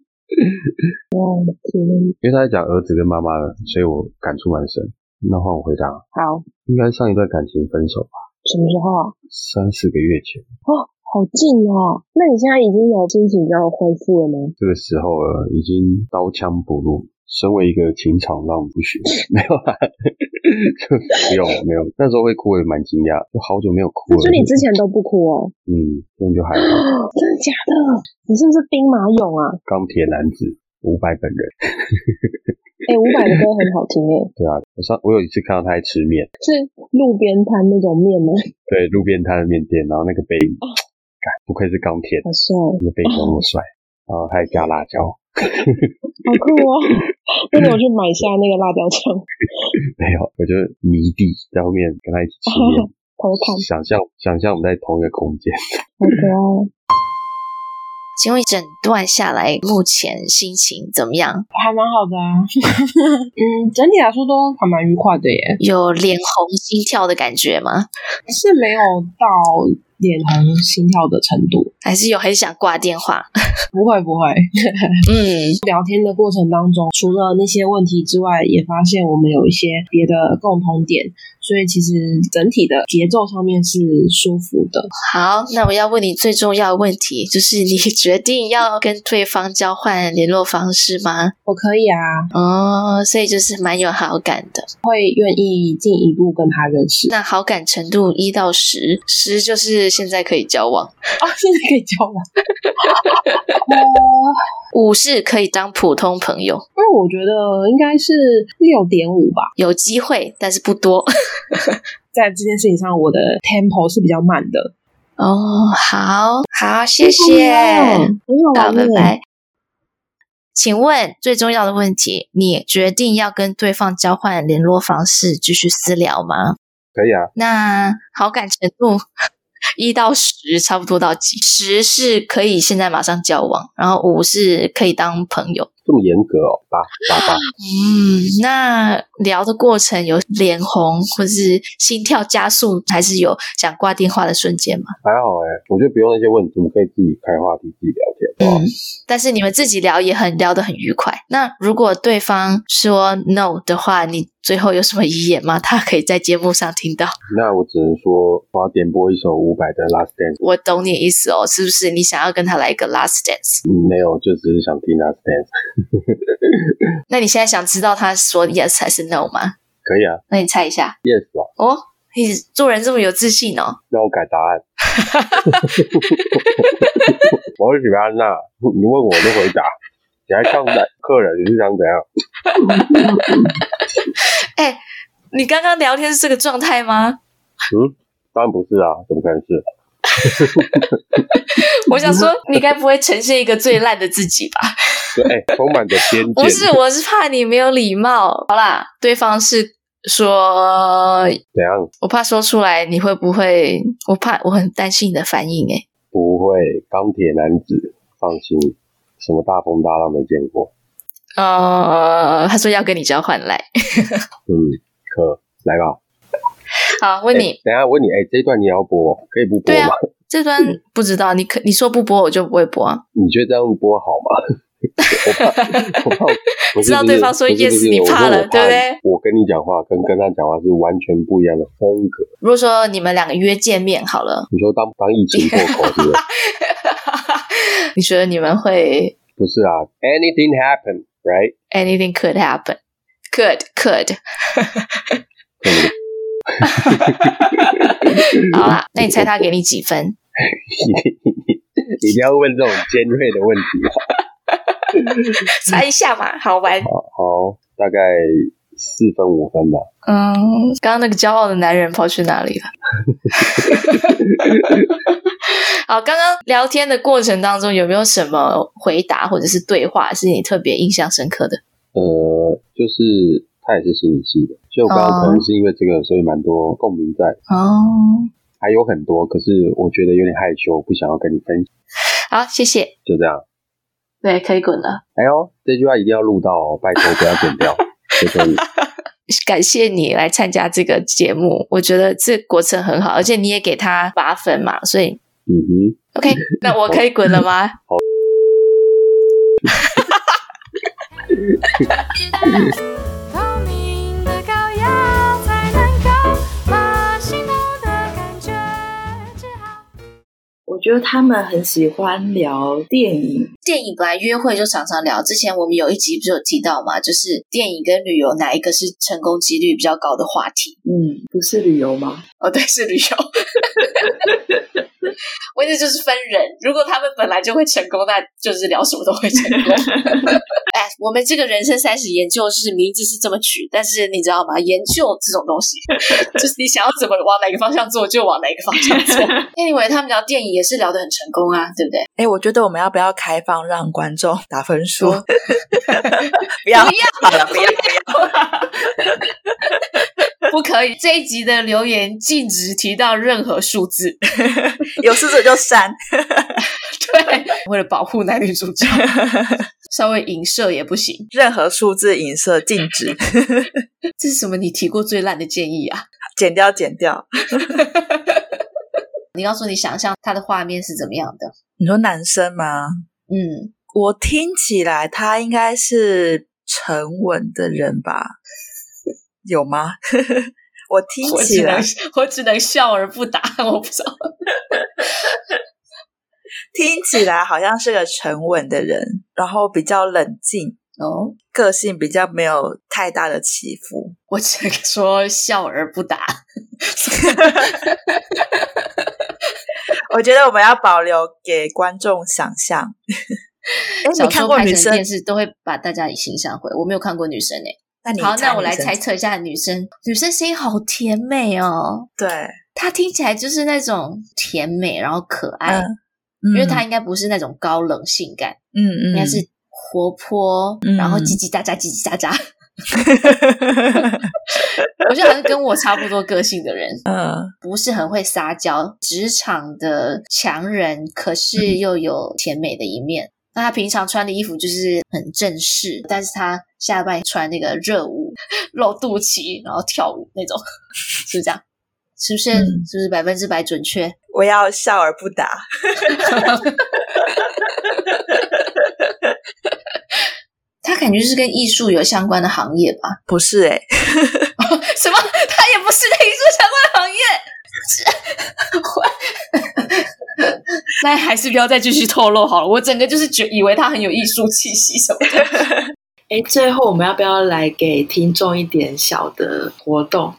[SPEAKER 11] 哦，天，
[SPEAKER 10] 因为他在讲儿子跟妈妈的，所以我感触蛮深。那换我回答，
[SPEAKER 11] 好，
[SPEAKER 10] 应该上一段感情分手吧，
[SPEAKER 11] 什么时候啊？
[SPEAKER 10] 三四个月前。
[SPEAKER 11] 哦，好近哦。那你现在已经有心情要恢复了吗？
[SPEAKER 10] 这个时候呃，已经刀枪不入。身为一个情场浪不 学，没有啦，就没有没有。那时候会哭，我也蛮惊讶，就好久没有哭
[SPEAKER 11] 那
[SPEAKER 10] 了。
[SPEAKER 11] 就你之前都不哭哦？
[SPEAKER 10] 嗯，那就还好。
[SPEAKER 11] 真的假的？你是不是兵马俑啊？
[SPEAKER 10] 钢铁男子伍佰本人，
[SPEAKER 11] 哎、伍佰的歌很好听哎，
[SPEAKER 10] 对啊，我上我有一次看到他在吃面，
[SPEAKER 11] 是路边摊那种面吗？
[SPEAKER 10] 对，路边摊的面店，然后那个背
[SPEAKER 11] 哦
[SPEAKER 10] 影，干不愧是钢铁，
[SPEAKER 11] 好帅，
[SPEAKER 10] 那个背影那么帅，然后他还加辣椒，
[SPEAKER 11] 好酷哦！ 那个我去买下那个辣椒酱
[SPEAKER 10] 没有，我就迷弟在后面跟他一起吃面，
[SPEAKER 11] 偷看，
[SPEAKER 10] 想象想象我们在同一个空间。
[SPEAKER 11] 好可爱。哦
[SPEAKER 1] 请问整段下来，目前心情怎么样？
[SPEAKER 13] 还蛮好的啊。 嗯，整体来说都还蛮愉快的耶，
[SPEAKER 1] 有脸红心跳的感觉吗？
[SPEAKER 13] 是没有到脸红心跳的程度。
[SPEAKER 1] 还是有很想挂电话？
[SPEAKER 13] 不会不会，
[SPEAKER 1] 嗯，
[SPEAKER 13] 聊天的过程当中，除了那些问题之外，也发现我们有一些别的共同点，所以其实整体的节奏上面是舒服的。
[SPEAKER 1] 好，那我要问你最重要的问题，就是你 决定要跟对方交换联络方式吗？
[SPEAKER 13] 我可以啊，
[SPEAKER 1] 哦，所以就是蛮有好感的。
[SPEAKER 13] 会愿意进一步跟他认识。
[SPEAKER 1] 那好感程度一到十，十就是现在可以交 往，
[SPEAKER 13] 啊，现在可以交往。
[SPEAKER 1] 五是可以当普通朋友，
[SPEAKER 13] 因为我觉得应该是六点五吧，
[SPEAKER 1] 有机会，但是不多。
[SPEAKER 13] 在这件事情上，我的 tempo 是比较慢的。
[SPEAKER 1] 哦，好好，谢谢，
[SPEAKER 13] 哦
[SPEAKER 11] 很好
[SPEAKER 1] 好，
[SPEAKER 11] 玩
[SPEAKER 1] 拜
[SPEAKER 11] 耶
[SPEAKER 1] 拜。请问最重要的问题，你决定要跟对方交换联络方式，继续私聊吗？
[SPEAKER 10] 可以啊，
[SPEAKER 1] 那好感程度一到十，差不多到几？十是可以现在马上交往，然后五是可以当朋友。
[SPEAKER 10] 这么严格哦，八八八，
[SPEAKER 1] 嗯，那聊的过程有脸红或是心跳加速，还是有想挂电话的瞬间吗？
[SPEAKER 10] 还好哎、我觉得不用那些问题，我们可以自己开话题，自己聊天。哇
[SPEAKER 1] 嗯，但是你们自己聊也很聊得很愉快。那如果对方说 no 的话，你最后有什么遗言吗？他可以在节目上听到。
[SPEAKER 10] 那我只能说，我要点播一首伍佰的《Last Dance》。
[SPEAKER 1] 我懂你意思哦，是不是？你想要跟他来一个 last dance？
[SPEAKER 10] 嗯，没有，就只是想听《Last Dance》。
[SPEAKER 1] 那你现在想知道他说 yes 还是 no 吗？
[SPEAKER 10] 可以啊
[SPEAKER 1] 那你猜一下
[SPEAKER 10] ，yes 吧，
[SPEAKER 1] 哦。你做人这么有自信哦，
[SPEAKER 10] 让我改答案。 我是许安娜，你问我我就回答，你还上来客人，你是想怎样？
[SPEAKER 1] 你刚刚聊天是这个状态吗？
[SPEAKER 10] 嗯，当然不是啊，怎么可能是？
[SPEAKER 1] 我想说，你该不会呈现一个最烂的自己吧？
[SPEAKER 10] 对，哎、充满着偏见。
[SPEAKER 1] 不是，我是怕你没有礼貌。好啦，对方是说，
[SPEAKER 10] 怎样？
[SPEAKER 1] 我怕说出来你会不会？我怕，我很担心你的反应欸诶。
[SPEAKER 10] 不会，钢铁男子，放心，什么大风大浪没见过。
[SPEAKER 1] 呃，他说要跟你交换来，
[SPEAKER 10] 嗯，可来吧。
[SPEAKER 1] 好，问你、
[SPEAKER 10] 哎等一下问你，哎、这一段你也要播哦，可以不播
[SPEAKER 1] 对啊
[SPEAKER 10] 吗？
[SPEAKER 1] 这段不知道，你可你说不播我就不会播啊。
[SPEAKER 10] 你觉得这样播好吗？ 我怕，我怕，不是
[SPEAKER 1] 知道对方说
[SPEAKER 10] 不是
[SPEAKER 1] yes，
[SPEAKER 10] 不是
[SPEAKER 1] 你
[SPEAKER 10] 我说
[SPEAKER 1] 怕了
[SPEAKER 10] 我
[SPEAKER 1] 对不对
[SPEAKER 10] 我跟你讲话跟跟他讲话是完全不一样的风格。
[SPEAKER 1] 如果说你们两个约见面好 了，
[SPEAKER 10] 你说当当疫情破口，对不对？
[SPEAKER 1] 你觉得你们会
[SPEAKER 10] 不是啊，anything happen right？
[SPEAKER 1] anything could happen? Could could
[SPEAKER 10] 对不对
[SPEAKER 1] 好啦，那你猜他给你几分？
[SPEAKER 10] 一定要问这种尖锐的问题啊。
[SPEAKER 1] 猜一下嘛，好玩。
[SPEAKER 10] 好，大概四分五分吧。
[SPEAKER 1] 嗯，刚刚那个骄傲的男人跑去哪 里了？好，刚刚聊天的过程当中，有没有什么回答或者是对话是你特别印象深刻的？
[SPEAKER 10] 呃，就是他也是心理系的，所以我刚刚可能是因为这个，所以蛮多共鸣在，
[SPEAKER 1] 哦，
[SPEAKER 10] 还有很多，可是我觉得有点害羞，不想要跟你分享，
[SPEAKER 1] 好，谢谢。
[SPEAKER 10] 就这样。
[SPEAKER 1] 对，可以滚了。
[SPEAKER 10] 哎呦，这句话一定要录到哦，拜托不要剪掉，就可以。
[SPEAKER 1] 感谢你来参加这个节目，我觉得这过程很好，而且你也给他八分嘛，所以
[SPEAKER 10] 嗯哼，
[SPEAKER 1] OK，那我可以滚了吗？
[SPEAKER 8] 透明的羔羊才能够把心动的感觉治好。
[SPEAKER 14] 我觉得他们很喜欢聊电影，
[SPEAKER 15] 电影本来约会就常常聊，之前我们有一集不是有提到嘛，就是电影跟旅游哪一个是成功几率比较高的话题？
[SPEAKER 14] 嗯，不是旅游吗？
[SPEAKER 15] 哦，对，是旅游。我意思就是分人，如果他们本来就会成功，那就是聊什么都会成功。哎， 我们这个人生三十研究是名字是这么取，但是你知道吗？研究这种东西， 就是你想要怎么往哪个方向做，就往哪个方向 做。Anyway，他们聊电影也是聊得很成功啊，对不对？
[SPEAKER 3] 哎，我觉得我们要不要开放让观众打分数？
[SPEAKER 15] 哦
[SPEAKER 3] 不要，好了，不要，
[SPEAKER 1] 不可以，这一集的留言禁止提到任何数字，
[SPEAKER 3] 有狮子就删。
[SPEAKER 1] 对，为了保护男女主 角，稍微影射也不行。
[SPEAKER 3] 任何数字影射禁止，
[SPEAKER 1] 这是什么？你提过最烂的建议啊？
[SPEAKER 3] 剪掉，剪掉。
[SPEAKER 1] 你告诉你想象他的画面是怎么样的？
[SPEAKER 3] 你说男生吗？
[SPEAKER 1] 嗯，
[SPEAKER 3] 我听起来他应该是沉稳的 人吧？有吗？ 我听
[SPEAKER 1] 我
[SPEAKER 3] 起
[SPEAKER 1] 只能
[SPEAKER 3] 来，
[SPEAKER 1] 我只能笑而不答，我不知道。
[SPEAKER 3] 听起来好像是个沉稳的人，然后比较冷静，
[SPEAKER 1] 哦，
[SPEAKER 3] 个性比较没有太大的起伏。
[SPEAKER 1] 我只能说笑而不答。
[SPEAKER 3] 我觉得我们要保留给观众想象。 哎，
[SPEAKER 1] 小
[SPEAKER 3] 你
[SPEAKER 1] 时
[SPEAKER 3] 看
[SPEAKER 1] 候
[SPEAKER 3] 过
[SPEAKER 1] 拍
[SPEAKER 3] 女
[SPEAKER 1] 成
[SPEAKER 3] 生
[SPEAKER 1] 电？视都会把大家形象毁，我没有看过女生诶、
[SPEAKER 3] 那你
[SPEAKER 1] 好，那我
[SPEAKER 3] 女
[SPEAKER 1] 来
[SPEAKER 3] 生
[SPEAKER 1] 猜测一下女生，女生声音好甜美哦，
[SPEAKER 3] 对，
[SPEAKER 1] 她听起来就是那种甜美然后可爱，
[SPEAKER 3] 嗯，嗯
[SPEAKER 1] 因为她应该不是那种高冷性感，
[SPEAKER 3] 嗯嗯，
[SPEAKER 1] 应该是活泼，
[SPEAKER 3] 嗯
[SPEAKER 1] 然后叽叽喳喳叽叽喳 喳。我觉得好像跟我差不多个性的人，
[SPEAKER 3] 嗯
[SPEAKER 1] 不是很会撒娇，职场的强人，可是又有甜美的一面。那他平常穿的衣服就是很正式，但是他下半穿那个热舞， 露肚脐，然后跳舞那种， 是不是这样？是不是？
[SPEAKER 3] 嗯
[SPEAKER 1] 是不是百分之百准确？
[SPEAKER 3] 我要笑而不答。
[SPEAKER 1] 他感觉是跟艺术有相关的行业吧？
[SPEAKER 3] 不是哎、
[SPEAKER 1] 什么？他也 不是跟艺术相关的行业。
[SPEAKER 7] 但还是不要再继续透露好了。我整个就是觉以为他很有艺术气息什么的。
[SPEAKER 4] 哎，最后我们要不要来给听众一点小的活动？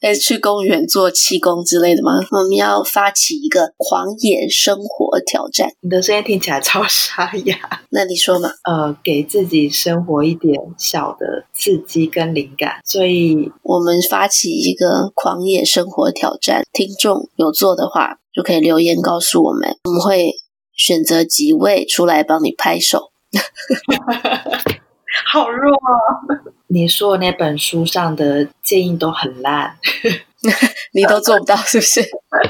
[SPEAKER 1] 可以呃去公园做气功之类的吗？我们要发起一个狂野生活挑战。
[SPEAKER 4] 你的声音听起来超沙哑。
[SPEAKER 1] 那你说嘛？
[SPEAKER 4] 呃，给自己生活一点小的刺激跟灵感，所以
[SPEAKER 1] 我们发起一个狂野生活挑战，听众有做的话就可以留言告诉我们，我们会选择几位出来帮你拍手。
[SPEAKER 4] 好弱、
[SPEAKER 13] 啊
[SPEAKER 4] 哦。你说的那本书上的建议都很烂，
[SPEAKER 1] 你都做不到是不是？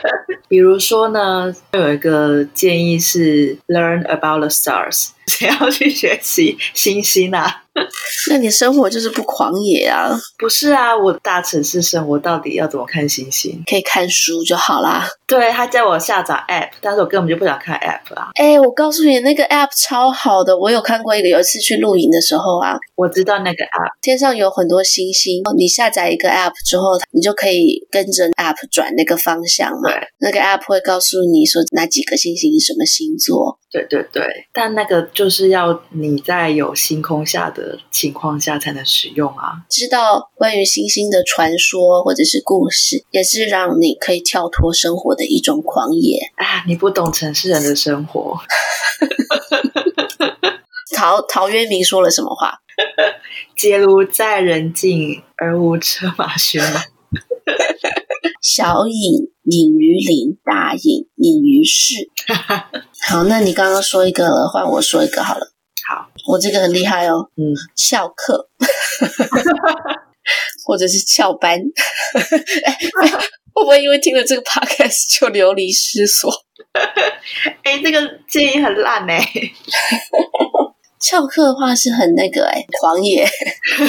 [SPEAKER 4] 比如说呢，有一个建议是 learn about the stars，谁 要去学习星星啊？
[SPEAKER 1] 那你生活就是不狂野啊，
[SPEAKER 4] 不是啊，我大城市生活到底要怎么看星星？
[SPEAKER 1] 可以看书就好啦。
[SPEAKER 4] 对他叫我下载 app，但是我根本就不想看 app 啊。
[SPEAKER 1] 哎、我告诉你，那个 app 超好的，我有看过一个，有一次去露营的时候啊，
[SPEAKER 4] 我知道那个 app，
[SPEAKER 1] 天上有很多星星，你下载一个 app 之后，你就可以跟着 app 转那个方向嘛。
[SPEAKER 4] 对
[SPEAKER 1] 那个 app 会告诉你说哪几个星星是什么星座。
[SPEAKER 4] 对对对，但那个就是要你在有星空下的情况下才能使用啊。
[SPEAKER 1] 知道关于星星的传说或者是故事，也是让你可以跳脱生活的一种狂野。
[SPEAKER 4] 啊，你不懂城市人的生活，
[SPEAKER 1] 陶陶渊明说了什么话？
[SPEAKER 4] 皆如在人境，而无车马喧闹。
[SPEAKER 1] 小隐隐于林，大隐隐于 市。好，那你刚刚说一个了，换我说一个好了。
[SPEAKER 4] 好，
[SPEAKER 1] 我这个很厉害哦，
[SPEAKER 4] 嗯，
[SPEAKER 1] 翘 课，或者是翘班。哎会不会因为听了这个 podcast 就流离失所？
[SPEAKER 4] 哎，这个建议很烂哎、
[SPEAKER 1] 翘课的话是很那个哎、狂野。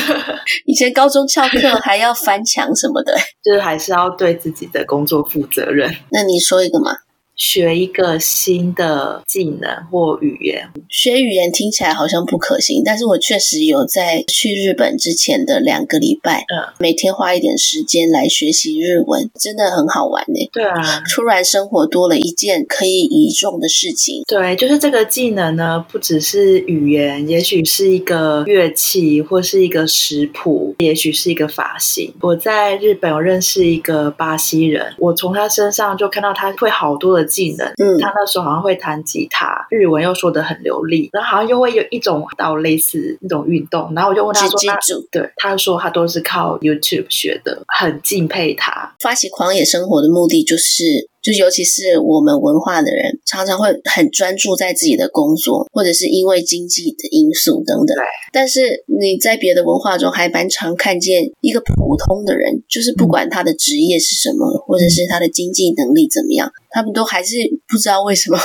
[SPEAKER 1] 以前高中翘课还要翻墙什么的、哎
[SPEAKER 4] 就是还是要对自己的工作负责任。
[SPEAKER 1] 那你说一个嘛？
[SPEAKER 4] 学一个新的技能或语言，
[SPEAKER 1] 学语言听起来好像不可行，但是我确实有在去日本之前的两个礼拜，
[SPEAKER 4] 嗯
[SPEAKER 1] 每天花一点时间来学习日文，真的很好玩呢、
[SPEAKER 4] 对啊，
[SPEAKER 1] 突然生活多了一件可以倚重的事情，
[SPEAKER 4] 对，就是这个技能呢，不只是语言，也许是一个乐器，或是一个食谱，也许是一个发型。我在日本有认识一个巴西人，我从他身上就看到他会好多的技能。
[SPEAKER 1] 嗯，
[SPEAKER 4] 他那时候好像会弹吉他，日文又说的很流利，然后好像又会有一种到类似那种运动，然后我就问他
[SPEAKER 1] 只
[SPEAKER 4] 说
[SPEAKER 1] 记
[SPEAKER 4] 他，
[SPEAKER 1] 住
[SPEAKER 4] 对，他说他都是靠 YouTube 学的，很敬佩他。
[SPEAKER 1] 发起狂野生活的目的就是，就尤其是我们文化的人，常常会很专注在自己的工作，或者是因为经济的因素等等
[SPEAKER 4] 对。
[SPEAKER 1] 但是你在别的文化中还蛮常看见一个普通的人，就是不管他的职业是什么，或者是他的经济能力怎么样，他们都还是不知道为什么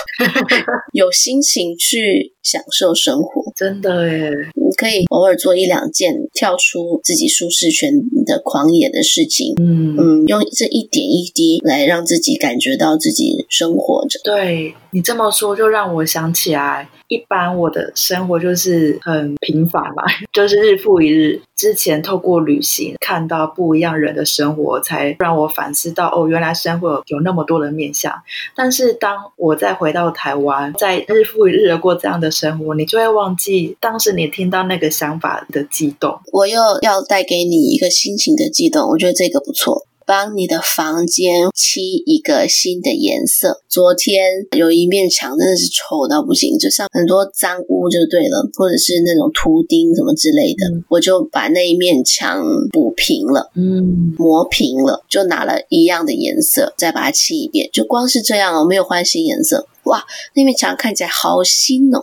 [SPEAKER 1] 有心情去享受生活。
[SPEAKER 4] 真的耶，
[SPEAKER 1] 你可以偶尔做一两件跳出自己舒适圈的狂野的事情，
[SPEAKER 4] 嗯
[SPEAKER 1] 嗯，用这一点一滴来让自己感觉到自己生活着。
[SPEAKER 4] 对你这么说，就让我想起来，一般我的生活就是很平凡嘛， 就是日复一日。之前透过旅行看到不一样人的生活，才让我反思到，哦，原来生活有有那么多的面向。但是当我再回到台湾，在日复一日的过这样的生活，你就会忘记当时你听到那个想法的悸动。
[SPEAKER 1] 我又要带给你一个心情的悸动，我觉得这个不错。帮你的房间漆一个新的颜色。昨天有一面墙真的是丑到不行，就像很多脏污就对了，或者是那种图钉什么之类的，我就把那一面墙补平了。
[SPEAKER 4] 嗯，
[SPEAKER 1] 磨平了，就拿了一样的颜色，再把它漆一遍，就光是这样哦，没有换新颜色。哇，那面墙看起来好新 哦，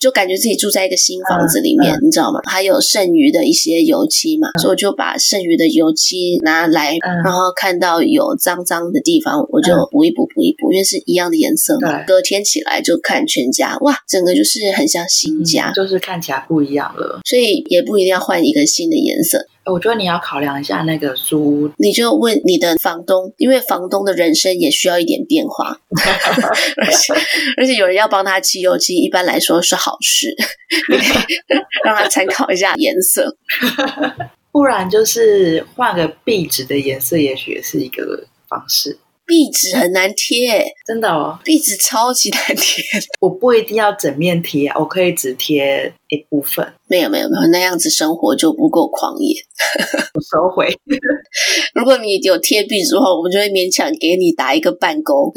[SPEAKER 1] 就感觉自己住在一个新房子里
[SPEAKER 4] 嗯
[SPEAKER 1] 面，你知道吗？还有剩余的一些油漆嘛，所以我就把剩余的油漆拿来，
[SPEAKER 4] 嗯
[SPEAKER 1] 然后看到有脏脏的地方，我就补一补，补一补，因为是一样的颜色嘛。
[SPEAKER 4] 对
[SPEAKER 1] 隔天起来就看全家，哇，整个就是很像新家。
[SPEAKER 4] 嗯就是看起来不一样了。哎
[SPEAKER 1] 所以也不一定要换一个新的颜色，
[SPEAKER 4] 我觉得你要考量一下那个租屋
[SPEAKER 1] 你就问你的房东，因为房东的人生也需要一点变化，而且而且有人要帮他漆油漆，一般来说是好事，你可以让他参考一下颜色。
[SPEAKER 4] 不然就是换个壁纸的颜色，也许也是一个方式。
[SPEAKER 16] 壁纸很难贴，
[SPEAKER 4] 真的哦，
[SPEAKER 16] 壁纸超级难贴。
[SPEAKER 4] 我不一定要整面贴啊，我可以只贴一部分。
[SPEAKER 16] 没有没有没有，那样子生活就不够狂野。
[SPEAKER 4] 我收回，
[SPEAKER 16] 如果你有贴壁纸的话，我们就会勉强给你打一个半勾。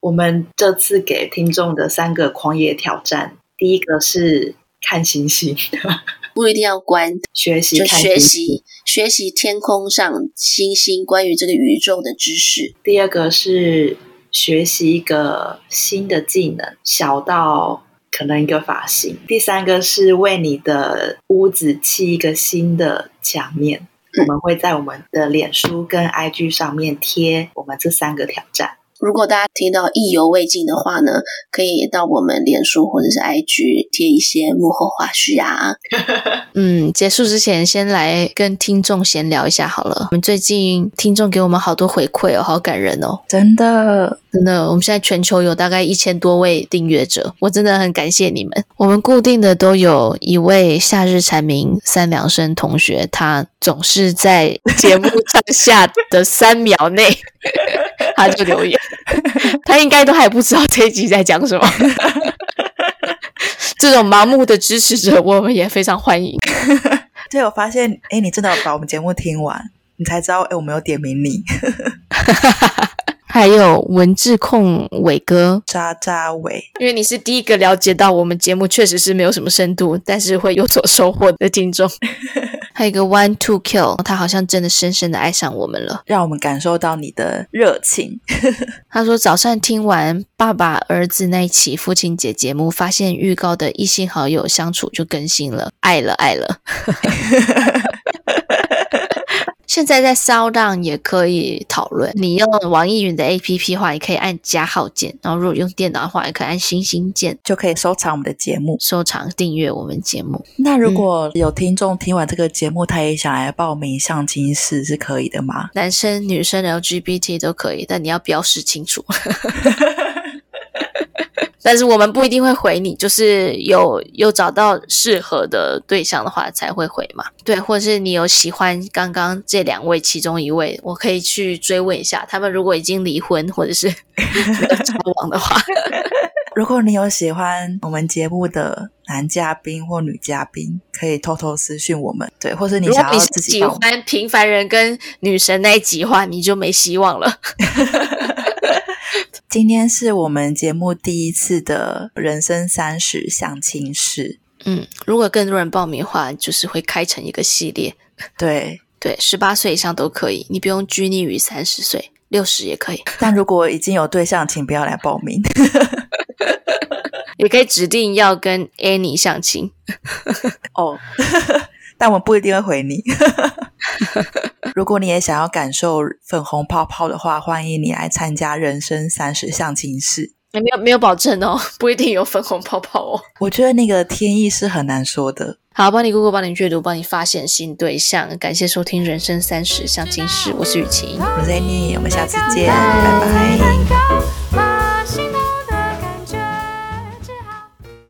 [SPEAKER 4] 我们这次给听众的三个狂野挑战，第一个是看星星，
[SPEAKER 16] 不一定要关，
[SPEAKER 4] 学习
[SPEAKER 16] 就
[SPEAKER 4] 看
[SPEAKER 16] 学
[SPEAKER 4] 星星；
[SPEAKER 16] 习学习天空上星星关于这个宇宙的知识。
[SPEAKER 4] 第二个是学习一个新的技能，小到可能一个发型；第三个是为你的屋子砌一个新的墙面。我们会在我们的脸书跟 IG 上面贴我们这三个挑战。
[SPEAKER 16] 如果大家听到意犹未尽的话呢，可以到我们脸书或者是 IG 贴一些幕后花絮啊。
[SPEAKER 1] 嗯，结束之前先来跟听众闲聊一下好了。我们最近听众给我们好多回馈哦，好感人哦。
[SPEAKER 3] 真的
[SPEAKER 1] 真的，我们现在全球有大概一千多位订阅者，我真的很感谢你们。我们固定的都有一位夏日蝉鸣三两声同学，他总是在节目上下的三秒内 他就留言，他应该都还不知道这一集在讲什 么。这种盲目的支持者，我们也非常欢迎。
[SPEAKER 3] 对，我发现，哎，你真的有把我们节目听完，你才知道，哎，我没有点名你，
[SPEAKER 1] 还有文字控伟哥，
[SPEAKER 3] 渣渣伟，
[SPEAKER 1] 因为你是第一个了解到我们节目确实是没有什么深度，但是会有所收获的听众。还有一个 One Two Kill，他好像真的深深的爱上我们了。
[SPEAKER 3] 让我们感受到你的热情。
[SPEAKER 1] 他说早上听完爸爸儿子那一期父亲节节目，发现预告的异性好友相处就更新了，爱了爱了。现在在骚浪也可以讨论。你用网易云的 APP 的话，也可以按加号键；然后如果用电脑的话，也可以按星星键。
[SPEAKER 3] 就可以收藏我们的节目。
[SPEAKER 1] 收藏、订阅我们节目。
[SPEAKER 3] 那如果
[SPEAKER 1] 嗯
[SPEAKER 3] 有听众听完这个节目，他也想来报名相亲室，是可以的吗？
[SPEAKER 1] 男生、女生、LGBT 都可以，但你要标示清 楚。但是我们不一定会回你，就是有有找到适合的对象的话才会回嘛。对，或者是你有喜欢刚刚这两位其中一位，我可以去追问一下，他们如果已经离婚或者是 没有交往的话，
[SPEAKER 3] 如果你有喜欢我们节目的男嘉宾或女嘉宾，可以偷偷私讯我们，对，或是 你
[SPEAKER 1] 如果
[SPEAKER 3] 想
[SPEAKER 1] 你
[SPEAKER 3] 要
[SPEAKER 1] 是
[SPEAKER 3] 自己
[SPEAKER 1] 喜
[SPEAKER 3] 报名，
[SPEAKER 1] 欢平凡人跟女神那一集的话，你就没希望了。
[SPEAKER 3] 今天是我们节目第一次的人生三十相亲室，
[SPEAKER 1] 嗯，如果更多人报名的话，就是会开成一个系列。
[SPEAKER 3] 对。
[SPEAKER 1] 对，十八岁以上都可以，你不用拘泥于三十岁，六十也可以，
[SPEAKER 3] 但如果已经有对象，请不要来报名。
[SPEAKER 1] 也可以指定要跟 Annie 相亲。
[SPEAKER 3] 哦，但我不一定会回你。 如果你也想要感受粉红泡泡的话，欢迎你来参加人生三十相亲室。
[SPEAKER 1] 哎没有没有保证哦， 不一定有粉红泡泡哦。
[SPEAKER 3] 我觉得那个天意是很难说的。
[SPEAKER 1] 好，帮你姑姑，帮你阅读，帮你发现新对象。感谢收听《人生三十相亲室》，我是雨晴。
[SPEAKER 3] 我是 Annie，我们下次见，
[SPEAKER 1] 拜
[SPEAKER 3] 拜拜
[SPEAKER 8] 才能够